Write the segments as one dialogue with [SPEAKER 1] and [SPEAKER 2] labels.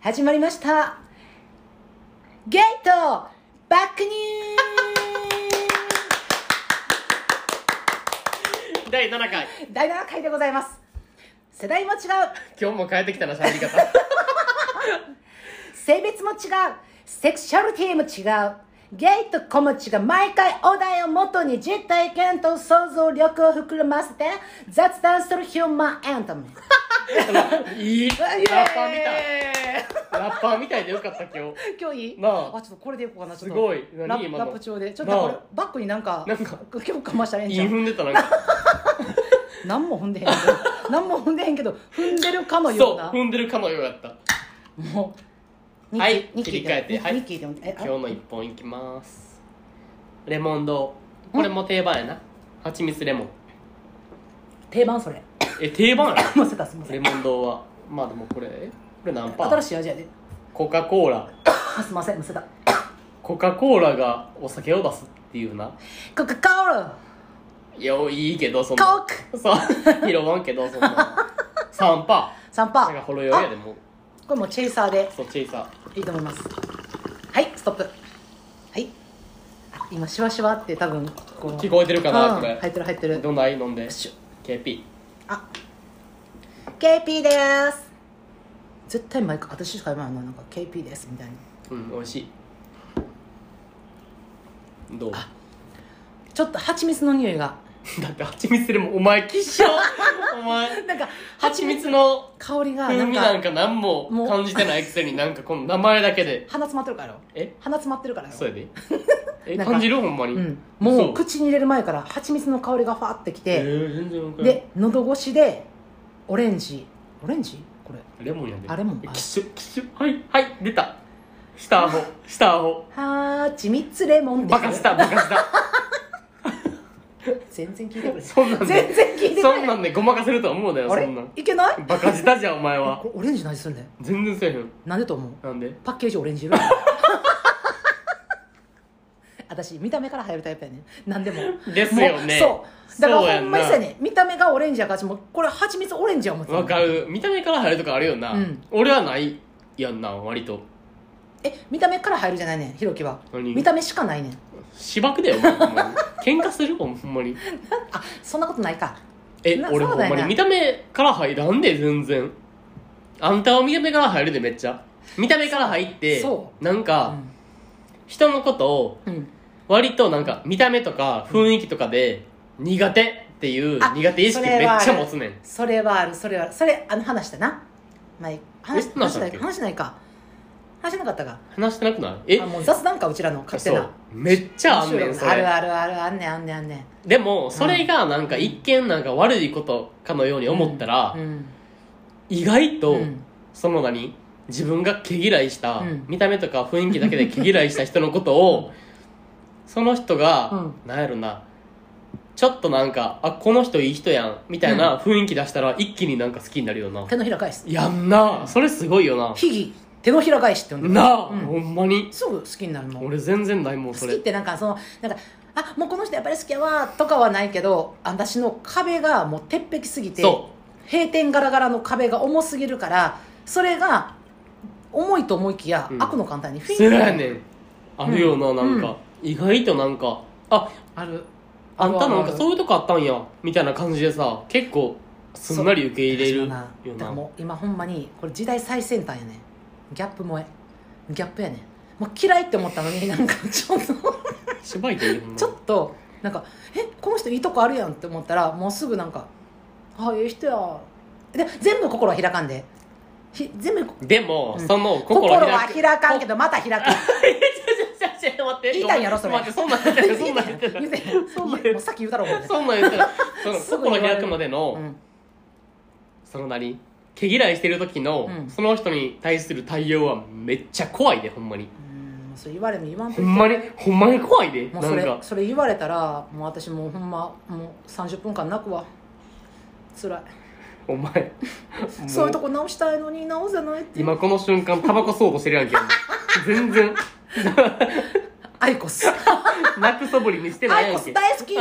[SPEAKER 1] 始まりましたゲイとバックニュ
[SPEAKER 2] 第7回
[SPEAKER 1] ー 第7回でございます世代も違う
[SPEAKER 2] 今日も変えてきたな喋り方
[SPEAKER 1] 性別も違うセクシャリティも違うゲイと子持ちが毎回お題をもとに実体験と想像力を膨らませて雑談するヒューマンエンタメ
[SPEAKER 2] いい
[SPEAKER 1] イエーイ
[SPEAKER 2] ラッパーみたいラッパーみたいでよかった今日
[SPEAKER 1] 今日いい
[SPEAKER 2] なあ
[SPEAKER 1] あちょっとこれでいこうかなちょっと
[SPEAKER 2] すごい何
[SPEAKER 1] ラッ
[SPEAKER 2] 今
[SPEAKER 1] プ
[SPEAKER 2] の
[SPEAKER 1] ラップ調でちょっとこれ
[SPEAKER 2] なあ
[SPEAKER 1] バックになんか
[SPEAKER 2] なんか
[SPEAKER 1] 今日かましたらええんちゃ
[SPEAKER 2] 韻
[SPEAKER 1] う
[SPEAKER 2] 踏んでたなんか
[SPEAKER 1] 何も踏んでへんけど何も踏んでへんけど踏んでるかのよ
[SPEAKER 2] そうう
[SPEAKER 1] な
[SPEAKER 2] 踏んでるかのようやった
[SPEAKER 1] もう
[SPEAKER 2] はい
[SPEAKER 1] ニッキー
[SPEAKER 2] 切り替えて
[SPEAKER 1] ニッキー
[SPEAKER 2] はい
[SPEAKER 1] ニッキーでもえ
[SPEAKER 2] 今
[SPEAKER 1] あ
[SPEAKER 2] 日の一本いきますレモンドこれも定番やな蜂蜜レモン
[SPEAKER 1] 定番それ
[SPEAKER 2] え定番や
[SPEAKER 1] もうせたすみま
[SPEAKER 2] な
[SPEAKER 1] せ
[SPEAKER 2] レ
[SPEAKER 1] ん
[SPEAKER 2] モンドはまあでもこれえこれ何パ
[SPEAKER 1] 新
[SPEAKER 2] ー
[SPEAKER 1] しい味やで
[SPEAKER 2] コカ・コーラ
[SPEAKER 1] あすみませんむせた
[SPEAKER 2] コカ・コーラがお酒を出すっていうな
[SPEAKER 1] コカ・コーラ
[SPEAKER 2] いやいいけどそん
[SPEAKER 1] コ
[SPEAKER 2] な
[SPEAKER 1] ーク
[SPEAKER 2] そう 拾わんけどそんな3パー
[SPEAKER 1] 3パ
[SPEAKER 2] なん
[SPEAKER 1] ー
[SPEAKER 2] かほろ酔いやでもう
[SPEAKER 1] これもうチェイサーで
[SPEAKER 2] そうチェイサ
[SPEAKER 1] いいと思いますはいストップはいあ今シュワシュワって多分こう
[SPEAKER 2] 聞こえてるかな
[SPEAKER 1] うん
[SPEAKER 2] これ
[SPEAKER 1] 入ってる入って
[SPEAKER 2] ー
[SPEAKER 1] る
[SPEAKER 2] どんな愛飲んで
[SPEAKER 1] シュ
[SPEAKER 2] KP
[SPEAKER 1] あ KP です絶対毎回私しか言わないのなんか KP ですみたいな
[SPEAKER 2] うん美味しいどう だ
[SPEAKER 1] ちょっと蜂蜜の匂いが
[SPEAKER 2] って蜂蜜でもお前き っしょお前
[SPEAKER 1] なんか
[SPEAKER 2] 蜂蜜の
[SPEAKER 1] 香りがな
[SPEAKER 2] 風
[SPEAKER 1] ん
[SPEAKER 2] 味なん
[SPEAKER 1] か
[SPEAKER 2] か何も
[SPEAKER 1] もう
[SPEAKER 2] 感じてないくせになんかこの名前だけで
[SPEAKER 1] 鼻詰まってるからよ
[SPEAKER 2] え
[SPEAKER 1] 鼻詰まってるからよ
[SPEAKER 2] そう やでえ
[SPEAKER 1] なんか
[SPEAKER 2] 感じるほんまに
[SPEAKER 1] うん、
[SPEAKER 2] そ
[SPEAKER 1] もう口に入れる前から蜂蜜の香りがファーってき
[SPEAKER 2] え
[SPEAKER 1] て、
[SPEAKER 2] ー全然わかんない
[SPEAKER 1] で喉越しでオレンジオレンジこれ
[SPEAKER 2] レモンやで
[SPEAKER 1] あレモン
[SPEAKER 2] えきっしょきっしょはいはい出た下アホ下アホ
[SPEAKER 1] はちみつレモンです
[SPEAKER 2] バカしたバカした
[SPEAKER 1] 全然聞いてくれ
[SPEAKER 2] そんなん
[SPEAKER 1] 全
[SPEAKER 2] で
[SPEAKER 1] 然聞いてく
[SPEAKER 2] そん
[SPEAKER 1] れ
[SPEAKER 2] なんでごまかせるとは思うだよ
[SPEAKER 1] あ
[SPEAKER 2] そ
[SPEAKER 1] れ
[SPEAKER 2] んなん
[SPEAKER 1] いけない
[SPEAKER 2] バカしたじゃんお 前は
[SPEAKER 1] これオレンジ何するんだよ
[SPEAKER 2] 全然せえへん
[SPEAKER 1] なんでと思う
[SPEAKER 2] なんで
[SPEAKER 1] パッケージオレン ジ色やん私見た目から入るタイプやね何でも
[SPEAKER 2] ですよね
[SPEAKER 1] もうそうだから
[SPEAKER 2] そうや
[SPEAKER 1] ほ
[SPEAKER 2] んなん
[SPEAKER 1] まにそうやね見た目がオレンジやから私もうこれ蜂蜜オレンジや思ってた
[SPEAKER 2] わかる見た目から入るとかあるよな、
[SPEAKER 1] うん
[SPEAKER 2] 俺はないやんな割と
[SPEAKER 1] え見た目から入るじゃないねんひろきは
[SPEAKER 2] 何
[SPEAKER 1] 見た目しかないねん
[SPEAKER 2] 芝生だよお前 ほんまに喧嘩するほんまに
[SPEAKER 1] あそんなことないか
[SPEAKER 2] え
[SPEAKER 1] なそ
[SPEAKER 2] 俺ほ
[SPEAKER 1] うんだよな
[SPEAKER 2] まに見た目から入らんで全然あんたは見た目から入るでめっちゃ見た目から入って
[SPEAKER 1] そ
[SPEAKER 2] なんか、人のことを
[SPEAKER 1] うん、うん、
[SPEAKER 2] 割となんか見た目とか雰囲気とかで苦手っていう
[SPEAKER 1] あ
[SPEAKER 2] 苦手意識
[SPEAKER 1] それ
[SPEAKER 2] めっ
[SPEAKER 1] はある
[SPEAKER 2] ちゃ持つねん
[SPEAKER 1] それはあるそれはあるそれあの話だな前話
[SPEAKER 2] え
[SPEAKER 1] 話し
[SPEAKER 2] 話だっけ
[SPEAKER 1] ない話しないか話しなかったか
[SPEAKER 2] 話してなくないえ
[SPEAKER 1] あもう雑談かうちらの勝手
[SPEAKER 2] そ
[SPEAKER 1] な
[SPEAKER 2] うめっちゃあんねんそれ
[SPEAKER 1] あるあるあるあんねんあんねんあんねん
[SPEAKER 2] でもそれがなんか一見なんか悪いことかのように思ったら、
[SPEAKER 1] うん
[SPEAKER 2] 意外と
[SPEAKER 1] うん
[SPEAKER 2] その何自分が毛嫌いした、
[SPEAKER 1] うん
[SPEAKER 2] 見た目とか雰囲気だけで毛嫌いした人のことをその人が、
[SPEAKER 1] う
[SPEAKER 2] なんやろなちょっとなんかあこの人いい人やんみたいな雰囲気出したら一気になんか好きになるよな、
[SPEAKER 1] 手のひら返す
[SPEAKER 2] やんなそれすごいよな
[SPEAKER 1] ひぎ手のひら返しって呼んでる
[SPEAKER 2] なあ、
[SPEAKER 1] うん
[SPEAKER 2] ほんまに
[SPEAKER 1] すぐ好きになるの好
[SPEAKER 2] 俺全然ないもんそ
[SPEAKER 1] きっ
[SPEAKER 2] れ
[SPEAKER 1] てなんかそのなんかあもうこの人やっぱり好きやわとかはないけど私の壁がもう鉄壁すぎて
[SPEAKER 2] そ
[SPEAKER 1] 閉店ガラガラの壁が重すぎるからそれが重いと思いきや、
[SPEAKER 2] うん
[SPEAKER 1] 開くの簡単に
[SPEAKER 2] う
[SPEAKER 1] フィン
[SPEAKER 2] そやねんあるよな、
[SPEAKER 1] うん
[SPEAKER 2] なんか、意外となんかあ
[SPEAKER 1] ある
[SPEAKER 2] あんたなんか
[SPEAKER 1] う
[SPEAKER 2] そういうとこあったんやみたいな感じでさ結構すんなり受け入れるよ
[SPEAKER 1] だ
[SPEAKER 2] な
[SPEAKER 1] からもう今ほんまにこれ時代最先端やねギャップ萌えギャップやねもう嫌いって思ったのに なんかちょっと
[SPEAKER 2] しばいていいもんな
[SPEAKER 1] ちょっとなんか「えこの人いいとこあるやん」って思ったらもうすぐなんか「ああええ人や」で全部心は開かんでひ全部
[SPEAKER 2] でも、
[SPEAKER 1] うん
[SPEAKER 2] その
[SPEAKER 1] 心
[SPEAKER 2] 心
[SPEAKER 1] は
[SPEAKER 2] 開
[SPEAKER 1] 開かんけ
[SPEAKER 2] ど
[SPEAKER 1] どまた開く
[SPEAKER 2] 待って
[SPEAKER 1] 言いたいんやろそれ
[SPEAKER 2] 待ってそんなん言ってないそんなん言ってな い
[SPEAKER 1] 言うてへん
[SPEAKER 2] そんなん言ってない
[SPEAKER 1] もうさっき言うたろお前
[SPEAKER 2] そんなん言ってないその
[SPEAKER 1] すぐ言わ
[SPEAKER 2] 心
[SPEAKER 1] れる
[SPEAKER 2] 開くまでの、
[SPEAKER 1] うん
[SPEAKER 2] その何毛嫌いしてる時の、
[SPEAKER 1] うん
[SPEAKER 2] その人に対する対応はめっちゃ怖いでほんまに
[SPEAKER 1] うんもうそれ言われも言わんと
[SPEAKER 2] ほ
[SPEAKER 1] いて
[SPEAKER 2] んまにほんまに怖いで
[SPEAKER 1] も
[SPEAKER 2] な
[SPEAKER 1] うそ
[SPEAKER 2] ん
[SPEAKER 1] れ
[SPEAKER 2] か
[SPEAKER 1] それ言われたらもう私もうほんまもう30分間泣くわつらい
[SPEAKER 2] お前も
[SPEAKER 1] そういうとこ直したいのに直せないって
[SPEAKER 2] 今この瞬間タバコ吸おうとしてるやんけ全然
[SPEAKER 1] アイコス
[SPEAKER 2] 泣くそぶり見せてない
[SPEAKER 1] アイ コ
[SPEAKER 2] やん
[SPEAKER 1] ス
[SPEAKER 2] け
[SPEAKER 1] 大好き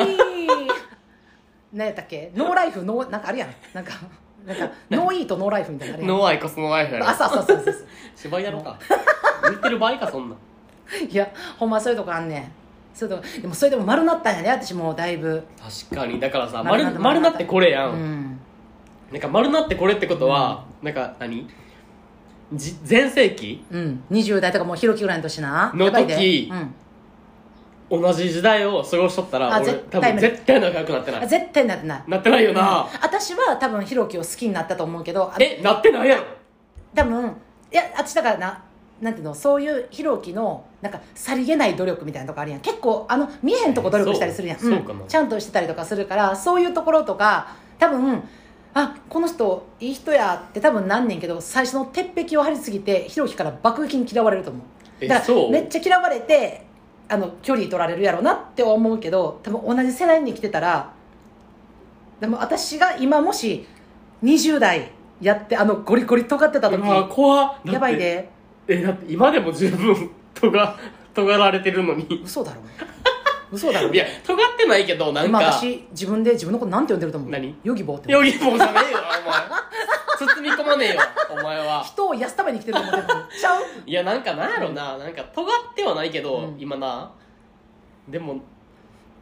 [SPEAKER 1] 何やったっけノーライフノーなんかあるやんなんか なんかノーイートノーライフみたいなね
[SPEAKER 2] ノーアイコスノーアイフやろ
[SPEAKER 1] あそうそうそうそう
[SPEAKER 2] 芝居やろうか見てる場合かそんなん
[SPEAKER 1] いやほんまそういうとこあんねんそういうとこでもそれでも丸なったんやね私もうだいぶ
[SPEAKER 2] 確かにだからさ
[SPEAKER 1] 丸な
[SPEAKER 2] 丸な
[SPEAKER 1] って
[SPEAKER 2] 丸なってこれや、
[SPEAKER 1] うんん
[SPEAKER 2] なんか丸なってこれってことは、なんか何じ全盛期
[SPEAKER 1] うん20代とかもうひろきぐらいの年な
[SPEAKER 2] の
[SPEAKER 1] や
[SPEAKER 2] 時
[SPEAKER 1] ばいでうん
[SPEAKER 2] 同じ時代を過ごしとったら
[SPEAKER 1] あ
[SPEAKER 2] 俺
[SPEAKER 1] 絶
[SPEAKER 2] 多
[SPEAKER 1] 対
[SPEAKER 2] 分
[SPEAKER 1] 無理
[SPEAKER 2] 絶対仲良くなってな
[SPEAKER 1] あ
[SPEAKER 2] い
[SPEAKER 1] 絶対なってない
[SPEAKER 2] なってないよな、
[SPEAKER 1] 私は多分ひろきを好きになったと思うけどあ
[SPEAKER 2] えなってないやん
[SPEAKER 1] 多分いや私だからななんていうのそういうひろきのなんかさりげない努力みたいなとこあるやん結構あの見えへんとこ努力したりするやん
[SPEAKER 2] そうそうかも
[SPEAKER 1] ん、ちゃんとしてたりとかするからそういうところとか多分あこの人いい人やって多分なんねんけど最初の鉄壁を張りすぎてひろきから爆撃に嫌われると思う
[SPEAKER 2] え
[SPEAKER 1] だから
[SPEAKER 2] そう
[SPEAKER 1] めっちゃ嫌われてあの距離取られるやろうなって思うけど多分同じ世代に来てたらでも私が今もし20代やってあのゴリゴリ尖ってた時
[SPEAKER 2] うわ怖っだって
[SPEAKER 1] やばいで
[SPEAKER 2] えだって今でも十分とが尖られてるのに
[SPEAKER 1] 嘘だろ嘘だろ
[SPEAKER 2] いや尖ってないけどなん
[SPEAKER 1] 今
[SPEAKER 2] か
[SPEAKER 1] 私自分で自分のことなんて呼んでると思う
[SPEAKER 2] 何
[SPEAKER 1] ヨギボーって
[SPEAKER 2] よりもじゃねえよお前包み込まねえよお前は
[SPEAKER 1] 人を癒すために生きてると思ってるちゃう
[SPEAKER 2] いやなんかなんやろななんか尖ってはないけど、
[SPEAKER 1] うん
[SPEAKER 2] 今なでも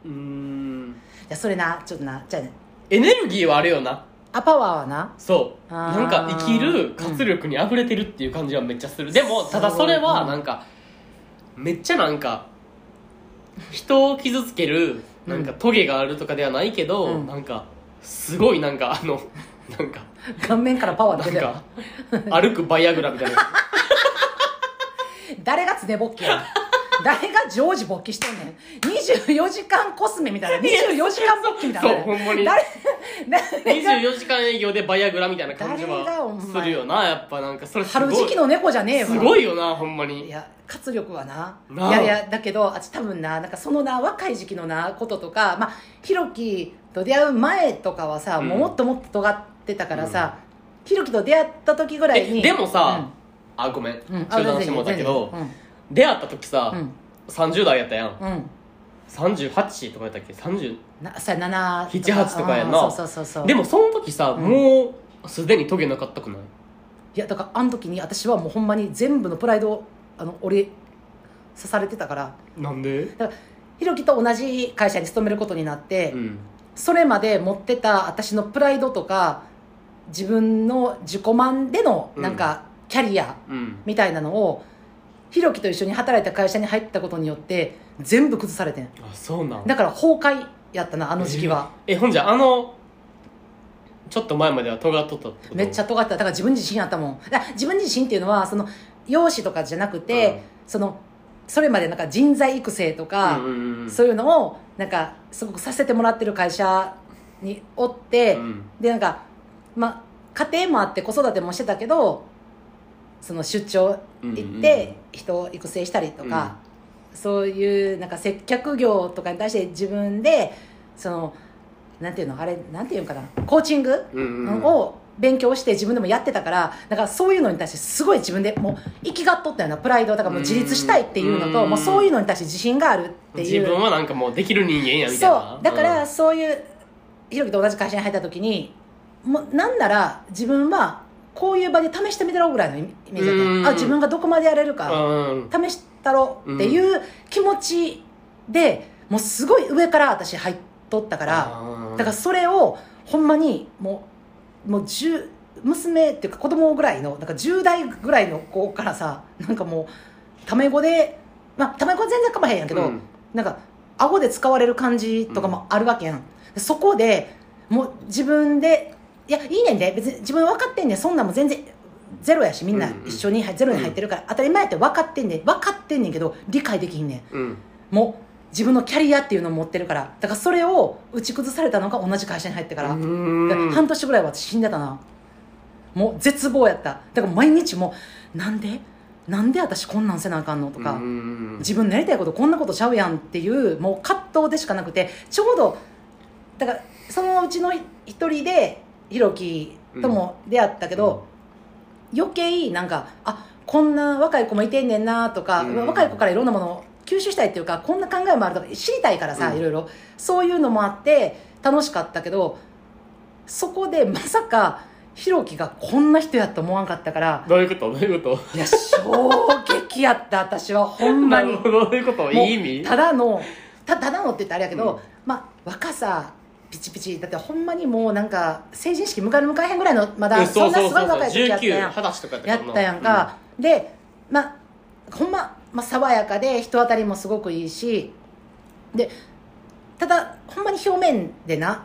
[SPEAKER 2] うーん
[SPEAKER 1] いやそれなちょっとなじゃあね
[SPEAKER 2] エネルギーはあるよな
[SPEAKER 1] アパワーはな
[SPEAKER 2] そう
[SPEAKER 1] あ
[SPEAKER 2] な
[SPEAKER 1] ー
[SPEAKER 2] んか生きる活力に溢れてるっていう感じはめっちゃする、でも
[SPEAKER 1] そう
[SPEAKER 2] ただそれは
[SPEAKER 1] うん
[SPEAKER 2] なんかめっちゃなんか人を傷つけるなんかトゲがあるとかではないけど、
[SPEAKER 1] うん
[SPEAKER 2] なんかすごいなんかあのなんか
[SPEAKER 1] 顔面からパワー
[SPEAKER 2] な
[SPEAKER 1] 出
[SPEAKER 2] ん
[SPEAKER 1] てる
[SPEAKER 2] か歩くバイアグラみたいな
[SPEAKER 1] 誰が常ぼっきやねん誰が常時勃起してんねん24時間コスメみたいな24時間勃起みたいな
[SPEAKER 2] そうほんまに
[SPEAKER 1] 誰誰 が
[SPEAKER 2] 24時間営業でバイアグラみたいな感じ
[SPEAKER 1] 誰だお
[SPEAKER 2] はす
[SPEAKER 1] 前
[SPEAKER 2] るよなやっぱなんかそれすご
[SPEAKER 1] 春
[SPEAKER 2] い
[SPEAKER 1] 時期の猫じゃねえわ
[SPEAKER 2] すごいよなほんま
[SPEAKER 1] い
[SPEAKER 2] に
[SPEAKER 1] や活力はな
[SPEAKER 2] なあ
[SPEAKER 1] いやいやだけど私多分ななんかそのな若い時期のなこととかまあひろきと出会う前とかはさ、
[SPEAKER 2] うん
[SPEAKER 1] もうもっともっと尖ってたからさ、ひろきと出会った時ぐらい
[SPEAKER 2] え
[SPEAKER 1] に
[SPEAKER 2] でもさ、あごめん
[SPEAKER 1] うんうん、
[SPEAKER 2] 中断してもらったけど
[SPEAKER 1] 全然
[SPEAKER 2] 出会った時さ、
[SPEAKER 1] 全然
[SPEAKER 2] 30代やったやん
[SPEAKER 1] うんうん、うん
[SPEAKER 2] 38とかやったっけ30
[SPEAKER 1] なさ7
[SPEAKER 2] 78とかやんな
[SPEAKER 1] そうそうそうそう
[SPEAKER 2] でもその時さ、
[SPEAKER 1] うん
[SPEAKER 2] もうすでにトゲなかったくない
[SPEAKER 1] いやだからあの時に私はもうほんまに全部のプライドをあの俺刺されてたから
[SPEAKER 2] なんで
[SPEAKER 1] ひろきと同じ会社に勤めることになって、
[SPEAKER 2] うん
[SPEAKER 1] それまで持ってた私のプライドとか自分の自己満での
[SPEAKER 2] うん
[SPEAKER 1] なんかキャリア
[SPEAKER 2] うん
[SPEAKER 1] みたいなのを、ひろきと一緒に働いた会社に入ったことによって全部崩されてん
[SPEAKER 2] あそうなん
[SPEAKER 1] だから崩壊やったなあの時期は、
[SPEAKER 2] えほんじゃあのちょっと前までは尖っとったってこと
[SPEAKER 1] めっちゃ尖ってただから自分自身やったもんだから自分自身っていうのはその容姿とかじゃなくて、
[SPEAKER 2] うん
[SPEAKER 1] そのそれまでなんか人材育成とか、
[SPEAKER 2] うんうんうん
[SPEAKER 1] そういうのをなんかすごくさせてもらってる会社におって、
[SPEAKER 2] うん
[SPEAKER 1] でなんか、まあ、家庭もあって子育てもしてたけどその出張行って人を育成したりとか、そういうなんか接客業とかに対して自分でそのなんていうのあれなんていうんかなコーチング
[SPEAKER 2] うんうんうん
[SPEAKER 1] を勉強して自分でもやってたからだからそういうのに対してすごい自分でもう生きがっとったようなプライドだからもう自立したいっていうのと
[SPEAKER 2] うん
[SPEAKER 1] もうそういうのに対して自信があるっていう
[SPEAKER 2] 自分はなんかもうできる人間やみたいな
[SPEAKER 1] そうだから、
[SPEAKER 2] うん
[SPEAKER 1] そういうひろきと同じ会社に入った時にもうなんなら自分はこういう場で試してみたろうぐらいのイメージだった
[SPEAKER 2] うんうん
[SPEAKER 1] あ自分がどこまでやれるか
[SPEAKER 2] うん
[SPEAKER 1] 試したろうっていう気持ちで、もうすごい上から私入っとったから、
[SPEAKER 2] あー
[SPEAKER 1] だからそれをほんまにもうもう10娘っていうか子供ぐらいのなんか10代ぐらいの子からさなんかもうタメ語でまあタメ語全然かまへんやけど、
[SPEAKER 2] うん
[SPEAKER 1] なんか顎で使われる感じとかもあるわけやん、そこでもう自分でいやいいねんで別に自分分かってんねんそんなんも全然ゼロやしみんな
[SPEAKER 2] うんうん
[SPEAKER 1] 一緒に、はいゼロに入ってるから、当たり前やって分かってんねん分かってんねんけど理解できひんね
[SPEAKER 2] うん
[SPEAKER 1] んもう自分のキャリアっていうのを持ってるからだからそれを打ち崩されたのが同じ会社に入ってから、
[SPEAKER 2] う
[SPEAKER 1] だから
[SPEAKER 2] ーん
[SPEAKER 1] 半年ぐらいは私死んでたなもう絶望やっただから毎日もうなんでなんで私こんなんせなあかんのとか、
[SPEAKER 2] うん
[SPEAKER 1] 自分のやりたいことこんなことちゃうやんっていうもう葛藤でしかなくてちょうどだからそのうちの一人でひろきとも出会ったけど、余計なんかあこんな若い子もいてんねんなとか、
[SPEAKER 2] うん
[SPEAKER 1] 若い子からいろんなものを吸収したいっていうかこんな考えもあるとか知りたいからさ、
[SPEAKER 2] うん
[SPEAKER 1] いろいろそういうのもあって楽しかったけどそこでまさかひろきがこんな人やと思わんかったから
[SPEAKER 2] どういうことどういうこ
[SPEAKER 1] いや衝撃やった私はほ
[SPEAKER 2] と
[SPEAKER 1] んま
[SPEAKER 2] な
[SPEAKER 1] に
[SPEAKER 2] るほどどういうことい
[SPEAKER 1] もう
[SPEAKER 2] い意味
[SPEAKER 1] ただのたただのって言ったらあれやけど、
[SPEAKER 2] うん
[SPEAKER 1] まあ若さピチピチだってほんまにもうなんか成人式迎える迎えへんぐらいのまだ
[SPEAKER 2] え
[SPEAKER 1] そんなすごい若い時や
[SPEAKER 2] 19
[SPEAKER 1] ったやん
[SPEAKER 2] 二十歳とか
[SPEAKER 1] やったやんか、でまあほんま、まあ、爽やかで人当たりもすごくいいしでただほんまに表面でな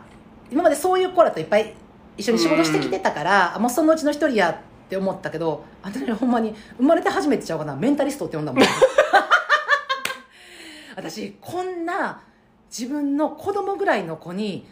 [SPEAKER 1] 今までそういう子らといっぱい一緒に仕事してきてたから、あもうそのうちの一人やって思ったけどあのほんまに生まれて初めてちゃうかなメンタリストって呼ん だもん私こんな自分の子供ぐらいの子に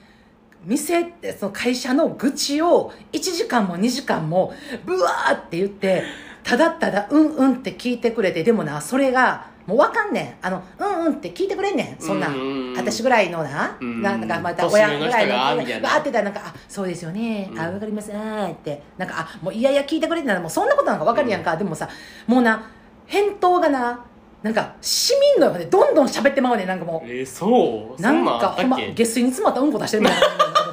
[SPEAKER 1] 店ってその会社の愚痴を1時間も2時間もブワーって言ってただただ「うんうん」って聞いてくれてでもなそれがもうわかんねんあの「うんうん」って聞いてくれんねんそんな
[SPEAKER 2] うん
[SPEAKER 1] ん
[SPEAKER 2] うんうん
[SPEAKER 1] 私ぐらいのな
[SPEAKER 2] うんうん
[SPEAKER 1] ななんかまた
[SPEAKER 2] 年上
[SPEAKER 1] 親
[SPEAKER 2] の人
[SPEAKER 1] ぐらいの
[SPEAKER 2] が
[SPEAKER 1] バ
[SPEAKER 2] みたいな
[SPEAKER 1] ーってたらなんか「あそうですよね
[SPEAKER 2] うん
[SPEAKER 1] あわかりますあーってなんか「あもういやいや聞いてくれ」ってならもうそんなことなんかわかるやんかでもさもうな返答がななんか市民のようでどんどん喋ってまうねんなんかもう
[SPEAKER 2] えーそう
[SPEAKER 1] なん
[SPEAKER 2] そん
[SPEAKER 1] か
[SPEAKER 2] あった
[SPEAKER 1] ほ
[SPEAKER 2] っ
[SPEAKER 1] んま
[SPEAKER 2] け
[SPEAKER 1] 下水に詰まったうんこ出してるみたいな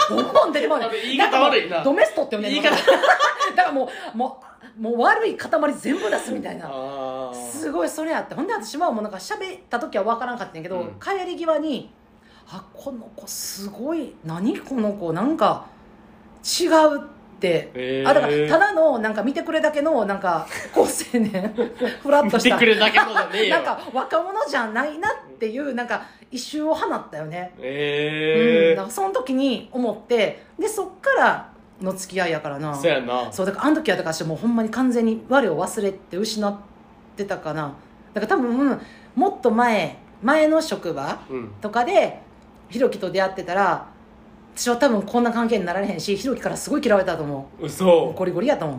[SPEAKER 1] ボンボン出てまうねん
[SPEAKER 2] なんか言い方悪いな
[SPEAKER 1] かもう
[SPEAKER 2] ん
[SPEAKER 1] ドメストって呼んでる
[SPEAKER 2] 言い方
[SPEAKER 1] だからもうもうもう悪い塊全部出すみたいな
[SPEAKER 2] あー
[SPEAKER 1] すごいそれやってほんで私はもうなんか喋った時は分からんかったんやけど、
[SPEAKER 2] うん
[SPEAKER 1] 帰り際に「あこの子すごい何この子なんか違う」って、
[SPEAKER 2] えー
[SPEAKER 1] あだからただのなんか見てくれだけのなんか高青年フラッと
[SPEAKER 2] 見
[SPEAKER 1] してた
[SPEAKER 2] くれるだけのじゃねえよ
[SPEAKER 1] なんか若者じゃないなっていうなんか一周を放ったよね、うんだ
[SPEAKER 2] ええ
[SPEAKER 1] からその時に思ってでそっからの付き合いやからな
[SPEAKER 2] そうやな
[SPEAKER 1] そうだからあの時はだから私もうほんまに完全に我を忘れて失ってたかなだから多分もっと前前の職場
[SPEAKER 2] うん
[SPEAKER 1] とかでひろきと出会ってたら私は多分こんな関係になられへんしひろきからすごい嫌われたと思う
[SPEAKER 2] 嘘
[SPEAKER 1] ゴリゴリやと思う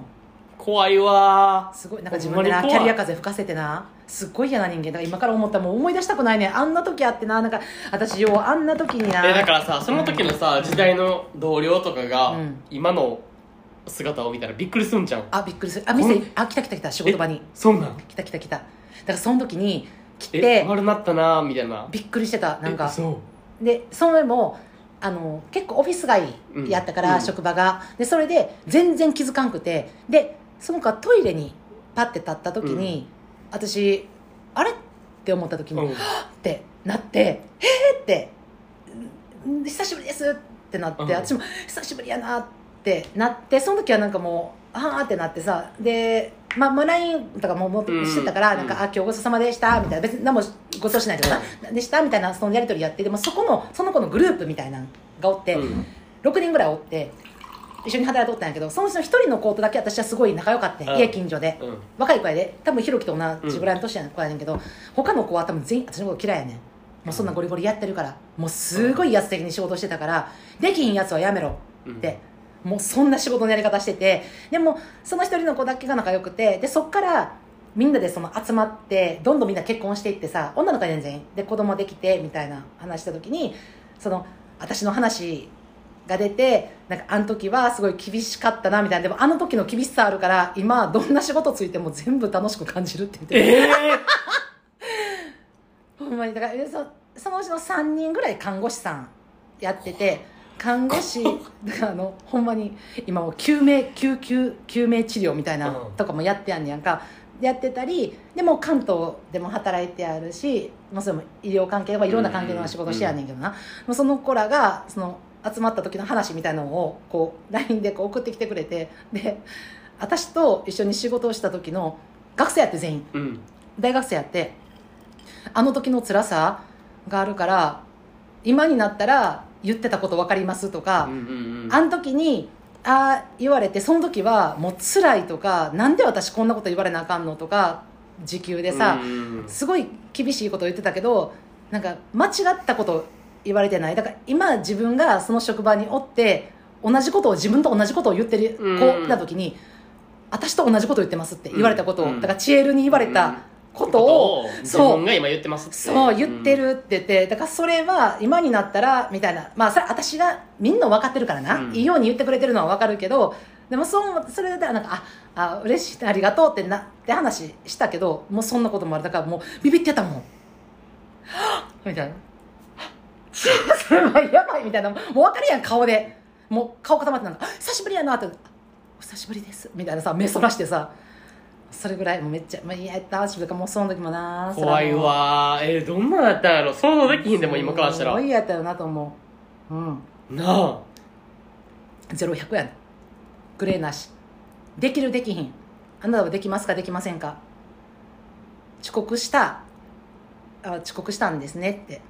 [SPEAKER 2] 怖いわ
[SPEAKER 1] すごいなんか自分でな
[SPEAKER 2] ほんまに
[SPEAKER 1] キ
[SPEAKER 2] 怖い
[SPEAKER 1] ャリア風吹かせてなすっごい嫌な人間だから今から思ったらもう思い出したくないねあんな時あってななんか私ようあんな時にな
[SPEAKER 2] えだからさその時のさ時代の同僚とかが
[SPEAKER 1] うん
[SPEAKER 2] 今の姿を見たらびっくりすんじゃん
[SPEAKER 1] あびっくりするあ
[SPEAKER 2] こ
[SPEAKER 1] 店
[SPEAKER 2] ん
[SPEAKER 1] あ来た来た来た仕事場に
[SPEAKER 2] そうなん
[SPEAKER 1] 来た来た来ただからその時に来
[SPEAKER 2] え
[SPEAKER 1] て
[SPEAKER 2] 悪なったなみたいな
[SPEAKER 1] びっくりしてたなんか
[SPEAKER 2] そ
[SPEAKER 1] でその上もあの結構オフィス街やったから、
[SPEAKER 2] うん
[SPEAKER 1] 職場がでそれで全然気づかんくてでその子はトイレにパッて立った時に、私あれって思った時
[SPEAKER 2] う
[SPEAKER 1] に、
[SPEAKER 2] うん
[SPEAKER 1] ってなって「へえ!」ってん「久しぶりです!」ってなって、
[SPEAKER 2] うん
[SPEAKER 1] 私も「久しぶりやな」ってなってその時はなんかもう「ああ」ってなってさでまあ、もう LINE とかももう
[SPEAKER 2] うん
[SPEAKER 1] してたから、なん
[SPEAKER 2] う
[SPEAKER 1] か
[SPEAKER 2] ん
[SPEAKER 1] 「あ今日ごちそうさまでした」みたいな別に何もごちそうしないとか、でしたみたいなそのやり取りやってでもそこのその子のグループみたいなのがおって、
[SPEAKER 2] うん
[SPEAKER 1] 6人ぐらいおって一緒に働いとったんやけどそのうちの1人の子とだけ私はすごい仲良かったんや、
[SPEAKER 2] うん
[SPEAKER 1] 家近所で
[SPEAKER 2] うん
[SPEAKER 1] 若い子やで多分ひろきと同じぐらいの年やねん子やねんけど、他の子は多分全員私のこと嫌いやねんもうそんなゴリゴリやってるからもうすごいやつ的に仕事してたからできひんやつはやめろ
[SPEAKER 2] う
[SPEAKER 1] っ
[SPEAKER 2] ん
[SPEAKER 1] て、もうそんな仕事のやり方しててでもその一人の子だけが仲良くてでそっからみんなでその集まってどんどんみんな結婚していってさ女の子やねん全員で子供できてみたいな話した時にその私の話が出てなんかあの時はすごい厳しかったなみたいなでもあの時の厳しさあるから今どんな仕事ついても全部楽しく感じるって言って
[SPEAKER 2] ええ
[SPEAKER 1] ほんまにだからえそそのうちの3人ぐらい看護師さんやって て看護師だからあのほんまに今もう救命救急救命治療みたいな
[SPEAKER 2] うん
[SPEAKER 1] とかもやってやんねやんか、やってたりでもう関東でも働いてやるしもうそれも医療関係とかいろんな関係の仕事してやんねんけどな、もうその子らがその集まった時の話みたいなのをこう LINE でこう送ってきてくれてで私と一緒に仕事をした時の学生やって全員
[SPEAKER 2] うん
[SPEAKER 1] 大学生やってあの時の辛さがあるから今になったら言ってたこと分かりますと
[SPEAKER 2] う
[SPEAKER 1] か、
[SPEAKER 2] んうんうん
[SPEAKER 1] あの時にああ言われてその時はもう辛いとかなんで私こんなこと言われなあかんのとか時給でさ、
[SPEAKER 2] うんうんうん
[SPEAKER 1] すごい厳しいことを言ってたけどなんか間違ったこと言われてないだから今自分がその職場におって同じことを自分と同じことを言ってる
[SPEAKER 2] うん
[SPEAKER 1] 子な時に、私と同じこと言ってますって言われたことを、
[SPEAKER 2] うん
[SPEAKER 1] だからチエルに言われたことを、
[SPEAKER 2] 自
[SPEAKER 1] そう
[SPEAKER 2] 分が今言ってますって
[SPEAKER 1] そう言ってるって言って、だからそれは今になったらみたいなまあそれ私がみんな分かってるからな、
[SPEAKER 2] うん
[SPEAKER 1] いいように言ってくれてるのは分かるけどでもそうそれでなんかああ嬉しいありがとうってなって話したけどもうそんなこともあるだからもうビビってたもんはっみたいなすごいやばいみたいなもう分かるやん顔でもう顔固まってなんかあ久しぶりやなって久しぶりです」みたいなさ目そらしてさそれぐらいもうめっちゃ「まあ、いややった」しぶかもうその時もな
[SPEAKER 2] 怖いわーえーどんなんやったんやろ想像できひんでも今からした
[SPEAKER 1] す
[SPEAKER 2] ら
[SPEAKER 1] ご
[SPEAKER 2] ない
[SPEAKER 1] やったよなと思ううん
[SPEAKER 2] あ
[SPEAKER 1] 0100やなグレーなしできるできひんあなたはできますかできませんか遅刻したあ遅刻したんですねって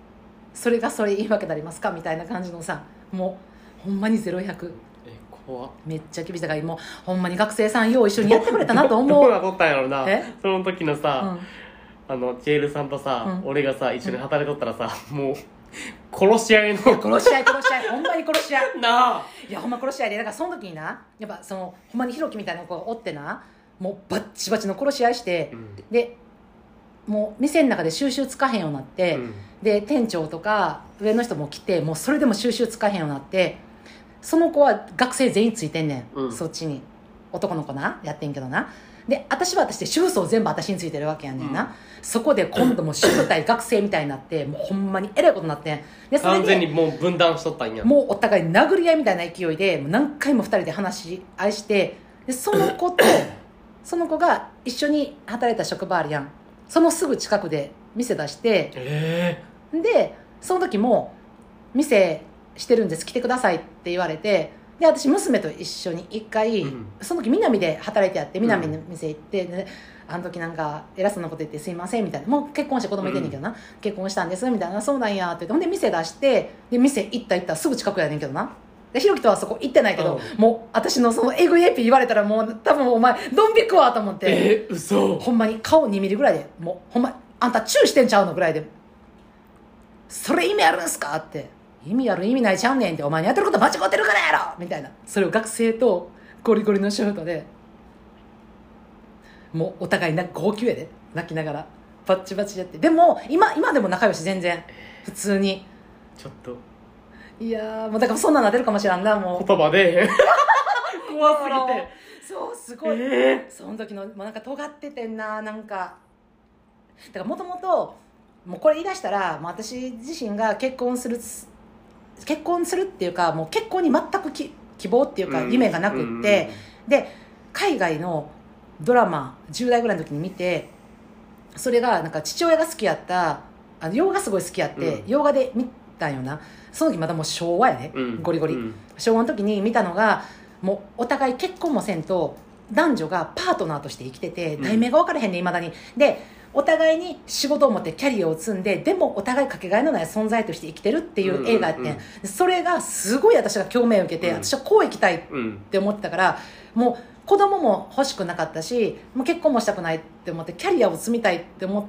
[SPEAKER 1] それがそれ言い訳になりますかみたいな感じのさもうほんまに0100
[SPEAKER 2] え怖っ
[SPEAKER 1] めっちゃ厳しいだからもうほんまに学生さんよう一緒にやってくれたなと思
[SPEAKER 2] どう
[SPEAKER 1] う、
[SPEAKER 2] なっとったんやろな
[SPEAKER 1] え
[SPEAKER 2] その時の
[SPEAKER 1] う
[SPEAKER 2] さ、
[SPEAKER 1] ん
[SPEAKER 2] あのチェールさんとさ、
[SPEAKER 1] うん
[SPEAKER 2] 俺がさ一緒に働いとったらさ、もう殺し合いの
[SPEAKER 1] 殺し合い殺し合いほんまに殺し合い
[SPEAKER 2] なあ
[SPEAKER 1] いやほんま殺し合いでだからその時になやっぱそのほんまにひろきみたいな子がおってなもうバッチバチの殺し合いして、
[SPEAKER 2] うん
[SPEAKER 1] でもう店の中で収集つかへんようになって、
[SPEAKER 2] うん
[SPEAKER 1] で店長とか上の人も来てもうそれでも収集つかへんようになってその子は学生全員ついてんねん、
[SPEAKER 2] うん
[SPEAKER 1] そっちに男の子なやってんけどなで私は私で主婦層全部私についてるわけやねんな、
[SPEAKER 2] うん
[SPEAKER 1] そこで今度もう主婦対学生みたいになってもうほんまにえらいことになってんでそれ
[SPEAKER 2] 完全に
[SPEAKER 1] で
[SPEAKER 2] もう分断しとったんや
[SPEAKER 1] もうお互い殴り合いみたいな勢いでもう何回も二人で話し合いしてでその子 とその子が一緒に働いた職場あるやんそのすぐ近くで店出して
[SPEAKER 2] え
[SPEAKER 1] でその時も「店してるんです来てください」って言われてで私娘と一緒に一回、
[SPEAKER 2] うん
[SPEAKER 1] その時南で働いてやって南の店行って、であの時なんか偉そうなこと言って「すいません」みたいなもう結婚して子供いてんねんけどな、結婚したんですみたいな「そうなんや」って言ってほんで店出してで店行った行ったすぐ近くやねんけどなでひろきとはそこ行ってないけど、もう私のそのエグいエピ言われたらもう多分お前ドン引くわと思って
[SPEAKER 2] えー、嘘
[SPEAKER 1] ほんまに顔2ミリぐらいでもうほんまあんたチューしてんちゃうのぐらいでそれ意味あるんすかって意味ある意味ないちゃうねんってお前にやってること間違ってるからやろみたいなそれを学生とゴリゴリの仕事でもうお互いな号泣やで泣きながらバッチバチやってでも今今でも仲良し全然普通に
[SPEAKER 2] ちょっと
[SPEAKER 1] いやーもうだからそんなんなってるかもしらんなもう
[SPEAKER 2] 言 葉で怖すぎて
[SPEAKER 1] そうすごい、
[SPEAKER 2] え
[SPEAKER 1] その時のもうなんか尖っててんななんかだからもともともうこれ言い出したらもう私自身が結婚するつ結婚するっていうかもう結婚に全くき希望ってい
[SPEAKER 2] ー
[SPEAKER 1] うか夢がなくって、で海外のドラマ10代ぐらいの時に見てそれがなんか父親が好きやったあの洋画がすごい好きやって、
[SPEAKER 2] うん
[SPEAKER 1] 洋画で見たんよなその時まだもう昭和やね、
[SPEAKER 2] うんうんうん
[SPEAKER 1] ゴリゴリ、
[SPEAKER 2] うん
[SPEAKER 1] 昭和の時に見たのがもうお互い結婚もせんと男女がパートナーとして生きてて
[SPEAKER 2] うん
[SPEAKER 1] 題名が分からへんねいまだにでお互いに仕事を持ってキャリアを積んででもお互いかけがえのない存在として生きてるっていう映画やってん、
[SPEAKER 2] うんうん
[SPEAKER 1] でそれがすごい私が共鳴を受けて、
[SPEAKER 2] うん
[SPEAKER 1] 私はこう生きたいっ
[SPEAKER 2] うん
[SPEAKER 1] って思ってたからもう子供も欲しくなかったしもう結婚もしたくないって思ってキャリアを積みたいって思っ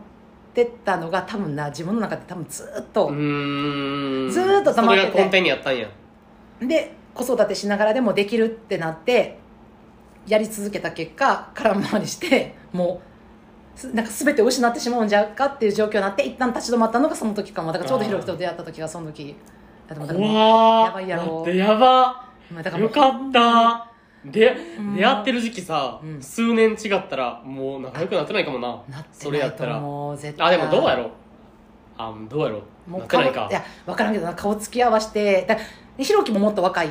[SPEAKER 1] てたのが多分な自分の中で多分ずっ
[SPEAKER 2] う
[SPEAKER 1] と、
[SPEAKER 2] ーん
[SPEAKER 1] ずーっと溜まってて
[SPEAKER 2] それが根底にあったんや
[SPEAKER 1] で子育てしながらでもできるってなってやり続けた結果空回りしてもうすなんか全てを失ってしまうんじゃうかっていう状況になって一旦立ち止まったのがその時かもだからちょうどひろきと出会った時がその時だからもう
[SPEAKER 2] 怖ー
[SPEAKER 1] やばいやろ
[SPEAKER 2] だってやば
[SPEAKER 1] まあだらも
[SPEAKER 2] よ
[SPEAKER 1] う
[SPEAKER 2] かったで
[SPEAKER 1] うん
[SPEAKER 2] 出会ってる時期さ、
[SPEAKER 1] うん
[SPEAKER 2] 数年違ったらもう仲良くなってないかもな
[SPEAKER 1] なって
[SPEAKER 2] それ
[SPEAKER 1] な
[SPEAKER 2] や
[SPEAKER 1] い
[SPEAKER 2] っ
[SPEAKER 1] と
[SPEAKER 2] たら
[SPEAKER 1] 思う絶対
[SPEAKER 2] あでもどうやろあどうやろ
[SPEAKER 1] も
[SPEAKER 2] な
[SPEAKER 1] う
[SPEAKER 2] って
[SPEAKER 1] 顔
[SPEAKER 2] ない
[SPEAKER 1] い
[SPEAKER 2] か
[SPEAKER 1] や分からんけどな顔つき合わせてだひろきももっと若い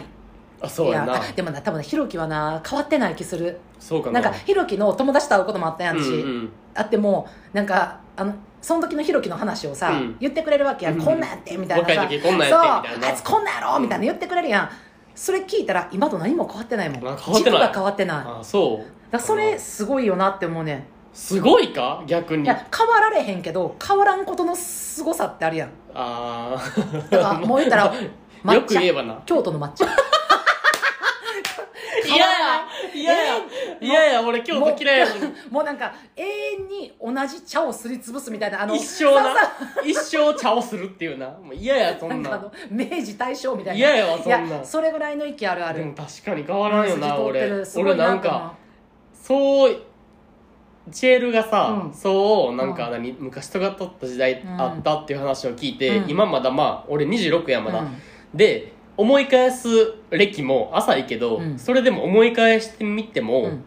[SPEAKER 2] あそうや
[SPEAKER 1] い
[SPEAKER 2] な
[SPEAKER 1] あでもな多分ねひろきはな変わってない気する
[SPEAKER 2] そうか
[SPEAKER 1] な
[SPEAKER 2] なん
[SPEAKER 1] かひろきの友達と会うこともあったやんし、
[SPEAKER 2] うんうん
[SPEAKER 1] あってもなんかあのその時のひろきの話をさ、
[SPEAKER 2] うん
[SPEAKER 1] 言ってくれるわけや、、
[SPEAKER 2] うんん
[SPEAKER 1] こんなんやってみたいな
[SPEAKER 2] 若
[SPEAKER 1] さ
[SPEAKER 2] い時こんなん
[SPEAKER 1] そう
[SPEAKER 2] やってみた
[SPEAKER 1] あい
[SPEAKER 2] いな
[SPEAKER 1] つこんなんやろみたいな言ってくれるやんそれ聞いたら今と何も変わってないもん
[SPEAKER 2] あ変わってない
[SPEAKER 1] 軸が変わってないだか
[SPEAKER 2] あそう
[SPEAKER 1] らそれすごいよなって思うね
[SPEAKER 2] すごいか逆
[SPEAKER 1] んい
[SPEAKER 2] にあ
[SPEAKER 1] や変わられへんけど変わらんことのすごさってあるやん
[SPEAKER 2] あ
[SPEAKER 1] だ
[SPEAKER 2] ー
[SPEAKER 1] からもう言ったら抹茶
[SPEAKER 2] よく言えばな
[SPEAKER 1] 京都の抹茶
[SPEAKER 2] 嫌や嫌や嫌や俺京都嫌いやのに
[SPEAKER 1] もうなんか永遠に同じ茶をすりつぶすみたいなあの
[SPEAKER 2] 一生な一生茶をするっていうなもう嫌やそ
[SPEAKER 1] なんんかあ
[SPEAKER 2] な
[SPEAKER 1] の明治大正みたいな
[SPEAKER 2] 嫌やわそんなん
[SPEAKER 1] いやそれぐらいの息あるあ
[SPEAKER 2] でも
[SPEAKER 1] る
[SPEAKER 2] 確かに変わらんよ
[SPEAKER 1] 筋通
[SPEAKER 2] な
[SPEAKER 1] って
[SPEAKER 2] 俺
[SPEAKER 1] るすご
[SPEAKER 2] 俺
[SPEAKER 1] いな
[SPEAKER 2] なんかそうチェールがさ、
[SPEAKER 1] うん
[SPEAKER 2] そうなんか
[SPEAKER 1] うん
[SPEAKER 2] 何、昔とがとった時代
[SPEAKER 1] うん
[SPEAKER 2] あったっていう話を聞いて、
[SPEAKER 1] うん
[SPEAKER 2] 今まだまあ俺26やまだ、
[SPEAKER 1] うん
[SPEAKER 2] で思い返す歴も浅いけど、
[SPEAKER 1] うん
[SPEAKER 2] それでも思い返してみても、
[SPEAKER 1] うん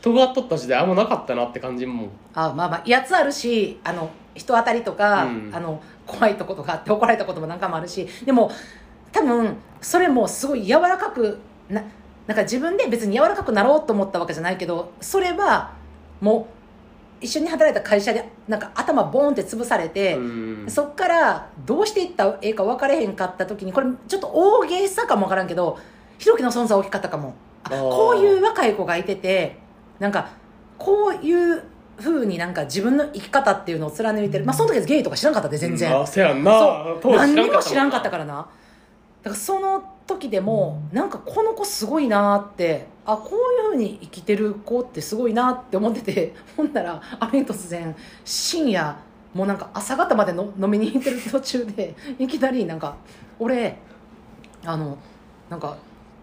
[SPEAKER 2] とがっとった時代あんまなかったなって感じも
[SPEAKER 1] あまあまあ威圧あるしあの人当たりとか、
[SPEAKER 2] うん
[SPEAKER 1] あの怖いとことかあって怒られたこともなんかもあるしでも多分それもすごい柔らかくななんか自分で別に柔らかくなろうと思ったわけじゃないけどそれはもう一緒に働いた会社でなんか頭ボーンって潰されて、
[SPEAKER 2] うん
[SPEAKER 1] そっからどうしていったらええか分かれへんかった時にこれちょっと大げさかも分からんけどひろきの存在は大きかったかもあ
[SPEAKER 2] あー
[SPEAKER 1] こういう若い子がいててなんかこういうふうになんか自分の生き方っていうのを貫いてる、まあ、その時はゲイとか知らんかったで全然、
[SPEAKER 2] うんあせやん
[SPEAKER 1] そ
[SPEAKER 2] な
[SPEAKER 1] う
[SPEAKER 2] 当時
[SPEAKER 1] 何にも
[SPEAKER 2] も
[SPEAKER 1] 知らんかったからなだからその時でもなんかこの子すごいなってあこういうふうに生きてる子ってすごいなって思ってて ほんならあれに突然深夜もうなんか朝方までの飲みに行ってる途中でいきなりなんか俺あのなんか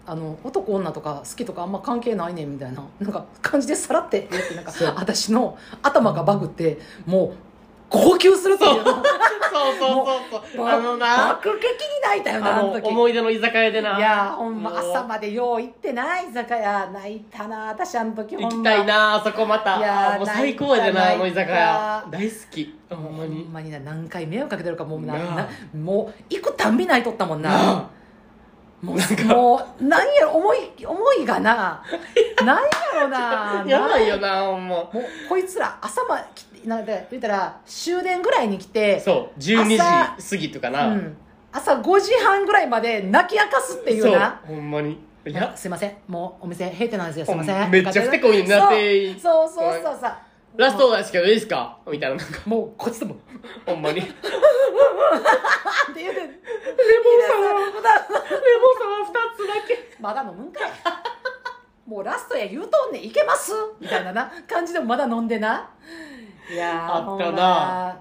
[SPEAKER 1] あの男女とか好きとかあんま関係ないねんみたいななんか感じでさらって言ってなん か
[SPEAKER 2] そう
[SPEAKER 1] 私の頭がバグってもう号泣するっていう
[SPEAKER 2] そうそうそうそうあのな
[SPEAKER 1] 爆撃に泣いたよな
[SPEAKER 2] あ
[SPEAKER 1] あ
[SPEAKER 2] の
[SPEAKER 1] の時
[SPEAKER 2] 思い出の居酒屋でない
[SPEAKER 1] やほんま
[SPEAKER 2] もう
[SPEAKER 1] 朝までよう行ってない居酒屋泣いたな私あの時ほ
[SPEAKER 2] 行
[SPEAKER 1] んま
[SPEAKER 2] きたいなあそこま
[SPEAKER 1] いやー
[SPEAKER 2] たもう最高やでな
[SPEAKER 1] 泣
[SPEAKER 2] あ
[SPEAKER 1] いた
[SPEAKER 2] の居酒屋大好きほ
[SPEAKER 1] ほん
[SPEAKER 2] んま
[SPEAKER 1] まに
[SPEAKER 2] に
[SPEAKER 1] な何回迷惑かけてるかもうな
[SPEAKER 2] なあ
[SPEAKER 1] なもう行くたんび泣いとったもんな
[SPEAKER 2] なあ
[SPEAKER 1] も
[SPEAKER 2] なん
[SPEAKER 1] う
[SPEAKER 2] か
[SPEAKER 1] もう何やろ思い思いが な何 やろな
[SPEAKER 2] やばいよなほんま
[SPEAKER 1] もうこいつら朝ま来てなんで言ったら終電ぐらいに来て
[SPEAKER 2] そう12時
[SPEAKER 1] 朝
[SPEAKER 2] 過ぎとか
[SPEAKER 1] う
[SPEAKER 2] な、
[SPEAKER 1] ん、朝5時半ぐらいまで泣き明かすってい
[SPEAKER 2] そう
[SPEAKER 1] な
[SPEAKER 2] ほんまにいや
[SPEAKER 1] すいませんもうお店閉店なんですよすいま
[SPEAKER 2] ほ
[SPEAKER 1] せ
[SPEAKER 2] ん
[SPEAKER 1] ん
[SPEAKER 2] めっちゃ不手こいんな店員
[SPEAKER 1] そうそうそうそうさ
[SPEAKER 2] ラストですけどいいですかみたいななんか
[SPEAKER 1] もうこっ ちでも「
[SPEAKER 2] ほんまにレモン
[SPEAKER 1] あって言うてレモン
[SPEAKER 2] サワー2つだけ
[SPEAKER 1] まだ飲むんかいもうラストや言うとんねんいけますみたいなな感じでもまだ飲んでないやー
[SPEAKER 2] あっ
[SPEAKER 1] ほ
[SPEAKER 2] たな
[SPEAKER 1] んままあ